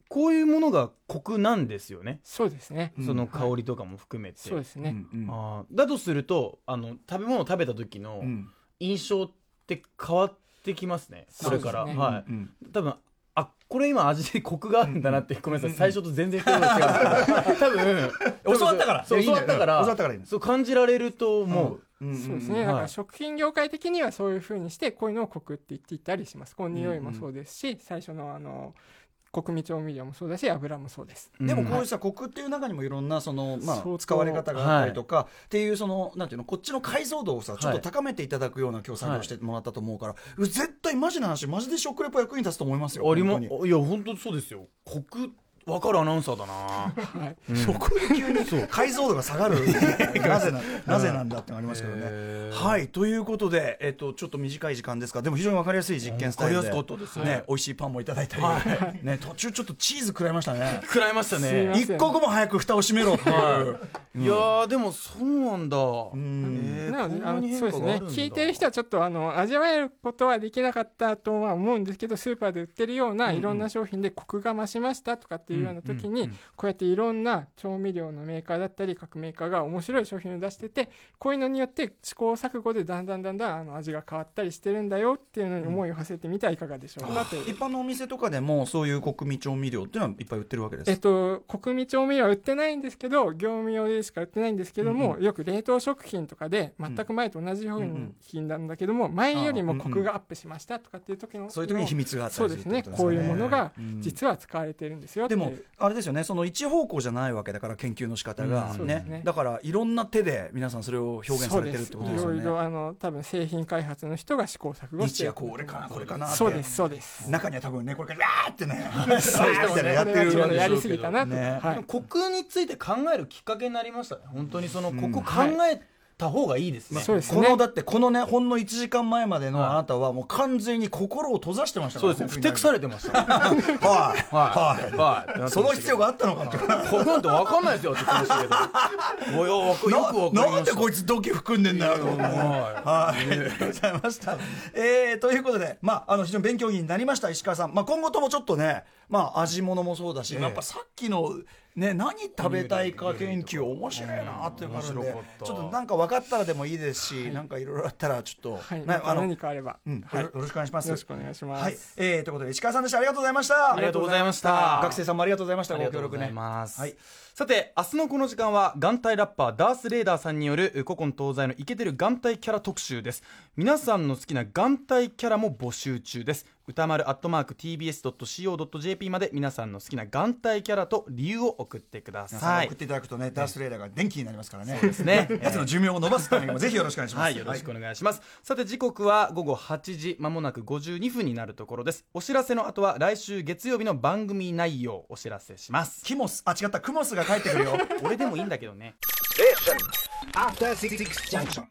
[SPEAKER 4] こういうものがコクなんですよね、
[SPEAKER 5] そうですね
[SPEAKER 3] うん
[SPEAKER 4] その香りとかも含めて、
[SPEAKER 5] そうです
[SPEAKER 3] う
[SPEAKER 5] ね、
[SPEAKER 3] んうん
[SPEAKER 4] あーだとするとあの食べ物を食べた時の
[SPEAKER 3] うん
[SPEAKER 4] 印象って変わってきますね、これから、
[SPEAKER 5] そうですね
[SPEAKER 4] はい、
[SPEAKER 3] うん
[SPEAKER 4] 多分あこれ今味でコクがあるんだなって、ごめんなさい最初と全然 違う
[SPEAKER 3] 教
[SPEAKER 4] 多分
[SPEAKER 3] わったから
[SPEAKER 4] そう
[SPEAKER 3] いや
[SPEAKER 4] 教わったから
[SPEAKER 3] いいんだよ教わったからいいんです
[SPEAKER 4] そう感じられると思
[SPEAKER 3] うんうん
[SPEAKER 5] そうですね、だ
[SPEAKER 4] ん
[SPEAKER 5] か
[SPEAKER 4] は
[SPEAKER 5] ら
[SPEAKER 4] い
[SPEAKER 5] 食品業界的にはそういうふうにしてこういうのをコクって言っていたりしますこの匂いもそうですし、最初のあの国味調味料もそうだし油もそうです
[SPEAKER 4] う、
[SPEAKER 3] でも
[SPEAKER 4] うん
[SPEAKER 3] こうしたコクっていう中にもいろんなその、ま
[SPEAKER 5] 相
[SPEAKER 3] あ、
[SPEAKER 5] 当
[SPEAKER 3] 使われ方があったりとか、っていうそのなんていうのこっちの解像度をさちょっと高めていただくような今日作業してもらったと思うから、う絶対マジな話マジで食レポ役に立つと思いますよ。
[SPEAKER 4] ありま
[SPEAKER 3] 本当に
[SPEAKER 4] いや本当そうですよコク分かるアナウンサーだな
[SPEAKER 5] はい
[SPEAKER 3] 食レポ急 に解像度が下がるなぜななぜなんだってのありますけどね
[SPEAKER 4] へ。ー
[SPEAKER 3] はいということで、えっと、ちょっと短い時間ですがでも非常に分かりやすい実験スタイルで
[SPEAKER 4] 分かりやすかったですね
[SPEAKER 3] ね、美味しいパンもいただいたり、ね、途中ちょっとチーズ 食らいましたね。
[SPEAKER 4] 食らいました
[SPEAKER 5] すいま
[SPEAKER 4] ね
[SPEAKER 5] せん
[SPEAKER 3] 一刻も早く蓋を閉めろっていう。
[SPEAKER 4] いやーでもそうなんだえー
[SPEAKER 5] なので、あ
[SPEAKER 4] こ
[SPEAKER 5] の
[SPEAKER 4] んに
[SPEAKER 5] そう
[SPEAKER 4] 変
[SPEAKER 5] で
[SPEAKER 4] 化
[SPEAKER 5] すね
[SPEAKER 4] があんだ
[SPEAKER 5] 聞いてる人はちょっとあの味わえることはできなかったとは思うんですけどスーパーで売ってるようないろんな商品でコクが増しましたとかっていうような時にこうやっていろんな調味料のメーカーだったり各メーカーが面白い商品を出しててこういうのによって試行錯誤でだんだんだんだんあの味が変わったりしてるんだよっていうのに思いを馳せてみてはいかがでしょうかという
[SPEAKER 3] 一般のお店とかでもそういう国民調味料っていうのはいっぱい売ってるわけです
[SPEAKER 5] えっと、国民調味料は売ってないんですけど業務用でしか売ってないんですけども、よく冷凍食品とかで全く前と同じ商品なんだけども、前よりもコクがアップしましたとかっていう時の
[SPEAKER 3] そういう時に秘密があった
[SPEAKER 5] そう
[SPEAKER 3] りす
[SPEAKER 5] で
[SPEAKER 3] るっ
[SPEAKER 5] す
[SPEAKER 3] て
[SPEAKER 5] ね
[SPEAKER 3] こと
[SPEAKER 5] こういうものが
[SPEAKER 3] うん
[SPEAKER 5] 実は使われてるんですよって
[SPEAKER 3] で
[SPEAKER 5] いう、
[SPEAKER 3] もあれですよねその一方向じゃないわけだから研究の仕方が、
[SPEAKER 4] うん
[SPEAKER 5] そう
[SPEAKER 3] ね
[SPEAKER 5] ですね
[SPEAKER 3] だからいろんな手で皆さんそれを表現されてるってことですよ
[SPEAKER 5] そういろい
[SPEAKER 3] ね
[SPEAKER 5] ろあの多分製品開発の人が試行錯誤し
[SPEAKER 3] 日
[SPEAKER 5] て
[SPEAKER 3] 夜これかなこれかなって
[SPEAKER 5] そうですそうです
[SPEAKER 3] 中には多分ねこれからわーってね わーってねやって
[SPEAKER 5] そ
[SPEAKER 3] る
[SPEAKER 5] れ
[SPEAKER 3] わ
[SPEAKER 5] はちょっと
[SPEAKER 3] けで
[SPEAKER 5] や
[SPEAKER 3] しょ
[SPEAKER 5] りすぎたなと、
[SPEAKER 3] ね
[SPEAKER 5] は
[SPEAKER 4] で
[SPEAKER 5] い
[SPEAKER 4] もコクについて考えるきっかけになりましたね本当にそのコク考
[SPEAKER 3] は
[SPEAKER 4] えた方がいいですね。
[SPEAKER 5] そうですね
[SPEAKER 3] このだってこのねほんの1時間前までの
[SPEAKER 4] はい
[SPEAKER 3] あなたはもう完全に心を閉ざしてましたか
[SPEAKER 4] そう
[SPEAKER 3] ら
[SPEAKER 4] ですね。ふてくされてましたね。
[SPEAKER 3] はい
[SPEAKER 4] はい。
[SPEAKER 3] はい
[SPEAKER 4] はい。
[SPEAKER 3] その必要があ
[SPEAKER 4] が。
[SPEAKER 3] ったのかな
[SPEAKER 4] こんなんてわかんないですよって言ってました けど。およ、よくわかりました。
[SPEAKER 3] なんでこいつドキ含んでんだよと思ってね
[SPEAKER 4] は
[SPEAKER 3] はい、ありがとうございました。えー、ということで、まあ、あの非常に勉強になりました、石川さん、まあ、今後ともちょっとね、まあ、味物もそうだし、やっぱさっきの、ね、何食べたいか研究、面白いなっていうのがあるん
[SPEAKER 4] 面
[SPEAKER 3] で
[SPEAKER 4] 白かっ、た
[SPEAKER 3] ちょっとなんか分かったらでもいいですし、なんかいろいろあったら、ちょっと、
[SPEAKER 5] はい、
[SPEAKER 3] ね
[SPEAKER 5] また
[SPEAKER 3] あの、
[SPEAKER 5] 何かあれば、
[SPEAKER 3] うん
[SPEAKER 5] はい、
[SPEAKER 3] よろしくお願いします。
[SPEAKER 5] よろしくお願いします
[SPEAKER 3] はい、えー、ということで、石川さんでした、ありがとうございました。
[SPEAKER 4] ありがとうございました。
[SPEAKER 3] 学生さんもありがとうございました、
[SPEAKER 4] あり
[SPEAKER 3] ご
[SPEAKER 4] がと
[SPEAKER 3] 協
[SPEAKER 4] うご
[SPEAKER 3] 力
[SPEAKER 4] ざ
[SPEAKER 3] ね
[SPEAKER 4] い。ます。
[SPEAKER 3] はい
[SPEAKER 4] さて、明日のこの時間は、眼帯ラッパー、ダース・レーダーさんによる、古今東西のイケてる眼帯キャラ特集です。皆さんの好きな眼帯キャラも募集中です。歌丸アットマーク tbs.co.jp まで皆さんの好きな眼帯キャラと理由を送ってくだ
[SPEAKER 3] 皆さん
[SPEAKER 4] さ
[SPEAKER 3] に
[SPEAKER 4] い
[SPEAKER 3] 送っ。ていただくとね、ダースレーダーが元気になりますからね。
[SPEAKER 4] すね
[SPEAKER 3] やつの寿命を伸ばすためにも、ぜひよろしくお願いします。
[SPEAKER 4] はい、よろしくお願いします。さて時刻は午後8時、まもなく52分になるところです。お知らせの後は来週月曜日の番組内容をお知らせし ます。
[SPEAKER 3] キモス、あ、違った、クモスが帰ってくるよ。
[SPEAKER 4] 俺でもいいんだけどね。
[SPEAKER 2] Listen. After Six Junction.